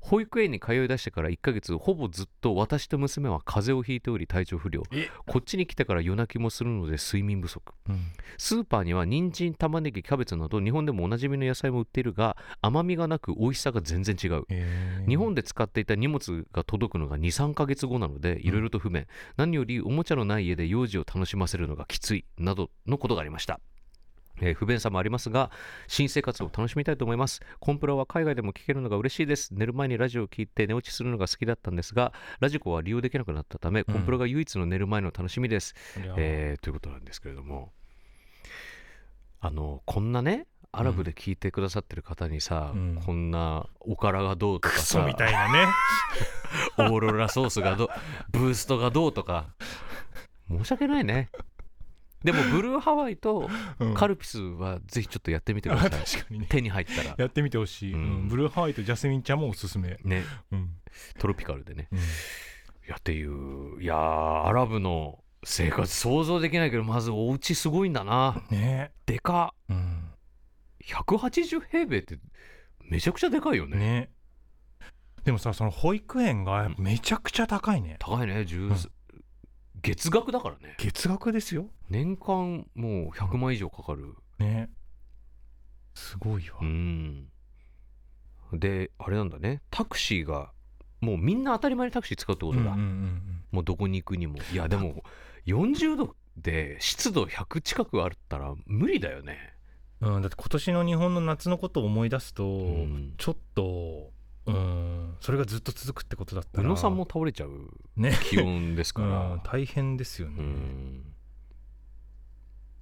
Speaker 1: 保育園に通い出してから1ヶ月ほぼずっと私と娘は風邪をひいており体調不良
Speaker 3: え
Speaker 1: こっちに来てから夜泣きもするので睡眠不足
Speaker 3: ーうん
Speaker 1: スーパーには人参玉ねぎキャベツなど日本でもおなじみの野菜も売っているが甘みがなく美味しさが全然違う
Speaker 3: へー
Speaker 1: 日本で使っていた荷物が届くのが23ヶ月後なのでいろいろと不便、何よりおもちゃのない家で幼児を楽しませるのがきついなどのことがありました、えー不便さもありますが新生活を楽しみたいと思いますコンプラは海外でも聞けるのが嬉しいです寝る前にラジオを聞いて寝落ちするのが好きだったんですがラジコは利用できなくなったためコンプラが唯一の寝る前の楽しみです、
Speaker 3: いやー
Speaker 1: えーということなんですけれどもあのこんなねアラブで聞いてくださってる方にさ、
Speaker 3: うん
Speaker 1: こんなおからがどうとか
Speaker 3: ク
Speaker 1: さ
Speaker 3: ソみたいなね
Speaker 1: オーロラソース がどうブーストがどうとか申し訳ないねでもブルーハワイと
Speaker 3: うん
Speaker 1: カルピスはぜひちょっとやってみてく
Speaker 3: あ
Speaker 1: だ さい、
Speaker 3: 確かにね
Speaker 1: 手に入ったら
Speaker 3: やってみてほしい、
Speaker 1: うん
Speaker 3: うんブルーハワイとジャスミン茶もおすすめ、
Speaker 1: ね
Speaker 3: うん
Speaker 1: トロピカルでね
Speaker 3: うん
Speaker 1: いやっていういやーアラブの生活想像できないけどまずお家すごいんだな
Speaker 3: ね
Speaker 1: でか
Speaker 3: うん
Speaker 1: 180平米ってめちゃくちゃでかいよね
Speaker 3: ねでもさその保育園がめちゃくちゃ高いね、
Speaker 1: 高いね10、
Speaker 3: うん
Speaker 1: 月額だからね
Speaker 3: 月額ですよ
Speaker 1: 年間もう100万以上かかる
Speaker 3: ねすごいわ、
Speaker 1: うんであれなんだねタクシーがもうみんな当たり前にタクシー使うってことだ、
Speaker 3: うんうんうん
Speaker 1: もうどこに行くにもいやでも40度で湿度100近くあったら無理だよね
Speaker 3: うんうんだって今年の日本の夏のことを思い出すと、
Speaker 1: ん
Speaker 3: ちょっとうんそれがずっと続くってことだった
Speaker 1: 宇
Speaker 3: ら
Speaker 1: 野さんも倒れちゃう
Speaker 3: ね
Speaker 1: 気温ですか
Speaker 3: うん
Speaker 1: ら
Speaker 3: 大変ですよ
Speaker 1: う
Speaker 3: ね、
Speaker 1: ん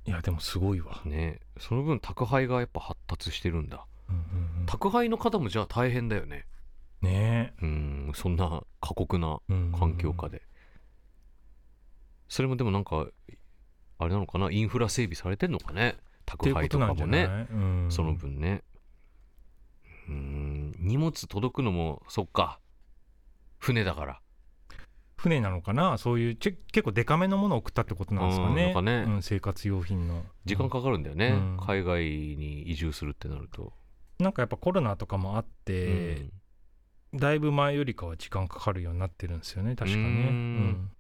Speaker 3: いやでもすごいわ、
Speaker 1: ねその分宅配がやっぱ発達してるんだ
Speaker 3: うんうんうん
Speaker 1: 宅配の方もじゃあ大変だよね
Speaker 3: ね
Speaker 1: うんそんな過酷な
Speaker 3: うん
Speaker 1: 環境下でそれもでもなんかあれなのかなインフラ整備されてんのかね
Speaker 3: ってい
Speaker 1: 宅
Speaker 3: うこ
Speaker 1: 配
Speaker 3: と
Speaker 1: と
Speaker 3: な
Speaker 1: か
Speaker 3: んじ
Speaker 1: も
Speaker 3: ゃない、
Speaker 1: ね
Speaker 3: うん
Speaker 1: その分ねうん荷物届くのもそっか船だから
Speaker 3: 船なのかなそういうち結構デカめのものを送ったってことなんですかね,、
Speaker 1: うんなんかね
Speaker 3: うん生活用品の
Speaker 1: 時間かかるんだよね、
Speaker 3: うん
Speaker 1: 海外に移住するってなると、
Speaker 3: なんかやっぱコロナとかもあって、だいぶ前よりかは時間かかるようになってるんですよね確かね
Speaker 1: うー
Speaker 3: うん
Speaker 1: ん、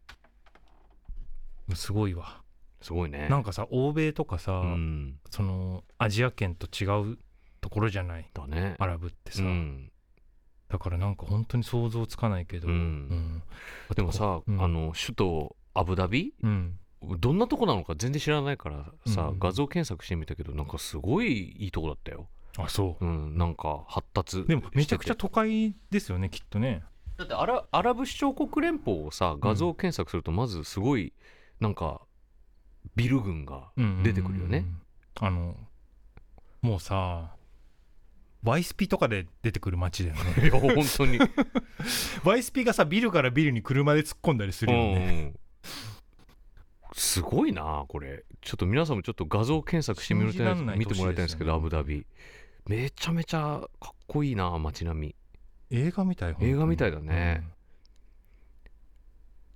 Speaker 3: すごいわ
Speaker 1: すごいね
Speaker 3: なんかさ欧米とかさ、
Speaker 1: うん
Speaker 3: そのアジア圏と違うところじゃない
Speaker 1: だね
Speaker 3: アラブってさ、
Speaker 1: うん
Speaker 3: だからなんか本当に想像つかないけど、
Speaker 1: うん
Speaker 3: うん
Speaker 1: でもさ、
Speaker 3: うん
Speaker 1: あの首都アブダビ
Speaker 3: うん
Speaker 1: どんなとこなのか全然知らないからさ、
Speaker 3: うん
Speaker 1: 画像検索してみたけどなんかすごいいいとこだったよ、
Speaker 3: あそ
Speaker 1: うん、なんか発達してて
Speaker 3: うでもめちゃくちゃ都会ですよねきっとね
Speaker 1: だってアラアラブ首長国連邦をさ画像検索するとまずすごいなんかビル群 が出てくるよね、
Speaker 3: うんうんうんうんあのもうさワイスピとかで出てくる街だよね
Speaker 1: いや本当に、
Speaker 3: ワイスピがさビルからビルに車で突っ込んだりするよね、
Speaker 1: うんすごいなこれちょっと皆さんもちょっと画像検索してみる
Speaker 3: 信じらんない
Speaker 1: 見てもらいたいんですけどアブ
Speaker 3: 都市ですよね
Speaker 1: ダビめちゃめちゃかっこいいな街並み
Speaker 3: 映画みたい
Speaker 1: 映画みたいだね、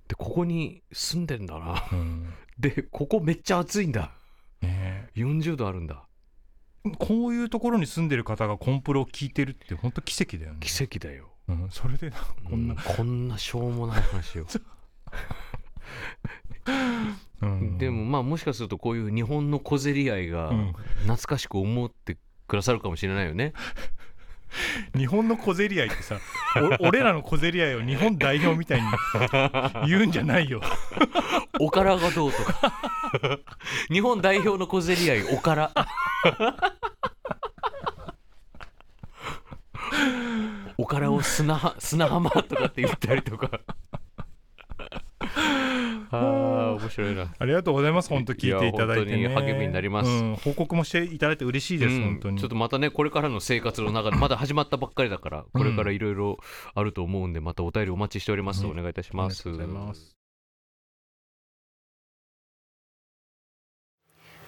Speaker 1: でここに住んでんだな
Speaker 3: 本当にうん
Speaker 1: でここめっちゃ暑いんだ
Speaker 3: うんね
Speaker 1: 40度あるんだ
Speaker 3: えこういうところに住んでる方がコンプロを聞いてるって本当奇跡だよね
Speaker 1: 奇跡だよ、
Speaker 3: うん、それでなんかこんな
Speaker 1: う、こんなしょうもない話を
Speaker 3: うん
Speaker 1: でも、まあもしかするとこういう日本の小競り合いが
Speaker 3: うん
Speaker 1: 懐かしく思ってくださるかもしれないよ ね、
Speaker 3: 日本の小競り合いってさお 俺らの小競り合いを日本代表みたいに言うんじゃないよ
Speaker 1: おからがどうとか 日本代表の小競り合いおから おからを砂は砂浜とかって言ったりと かああ面白いな
Speaker 3: ありがとうございます、本当聞いていただいて、ね。
Speaker 1: いや本当に励みになります
Speaker 3: うん報告もしていただいて嬉しいです、
Speaker 1: うん
Speaker 3: 本当に。
Speaker 1: ちょっとまたねこれからの生活の中でまだ始まったばっかりだからこれからいろいろあると思うんでまたお便りお待ちしております、
Speaker 3: ね
Speaker 1: お願いいたします
Speaker 3: ありがとうございます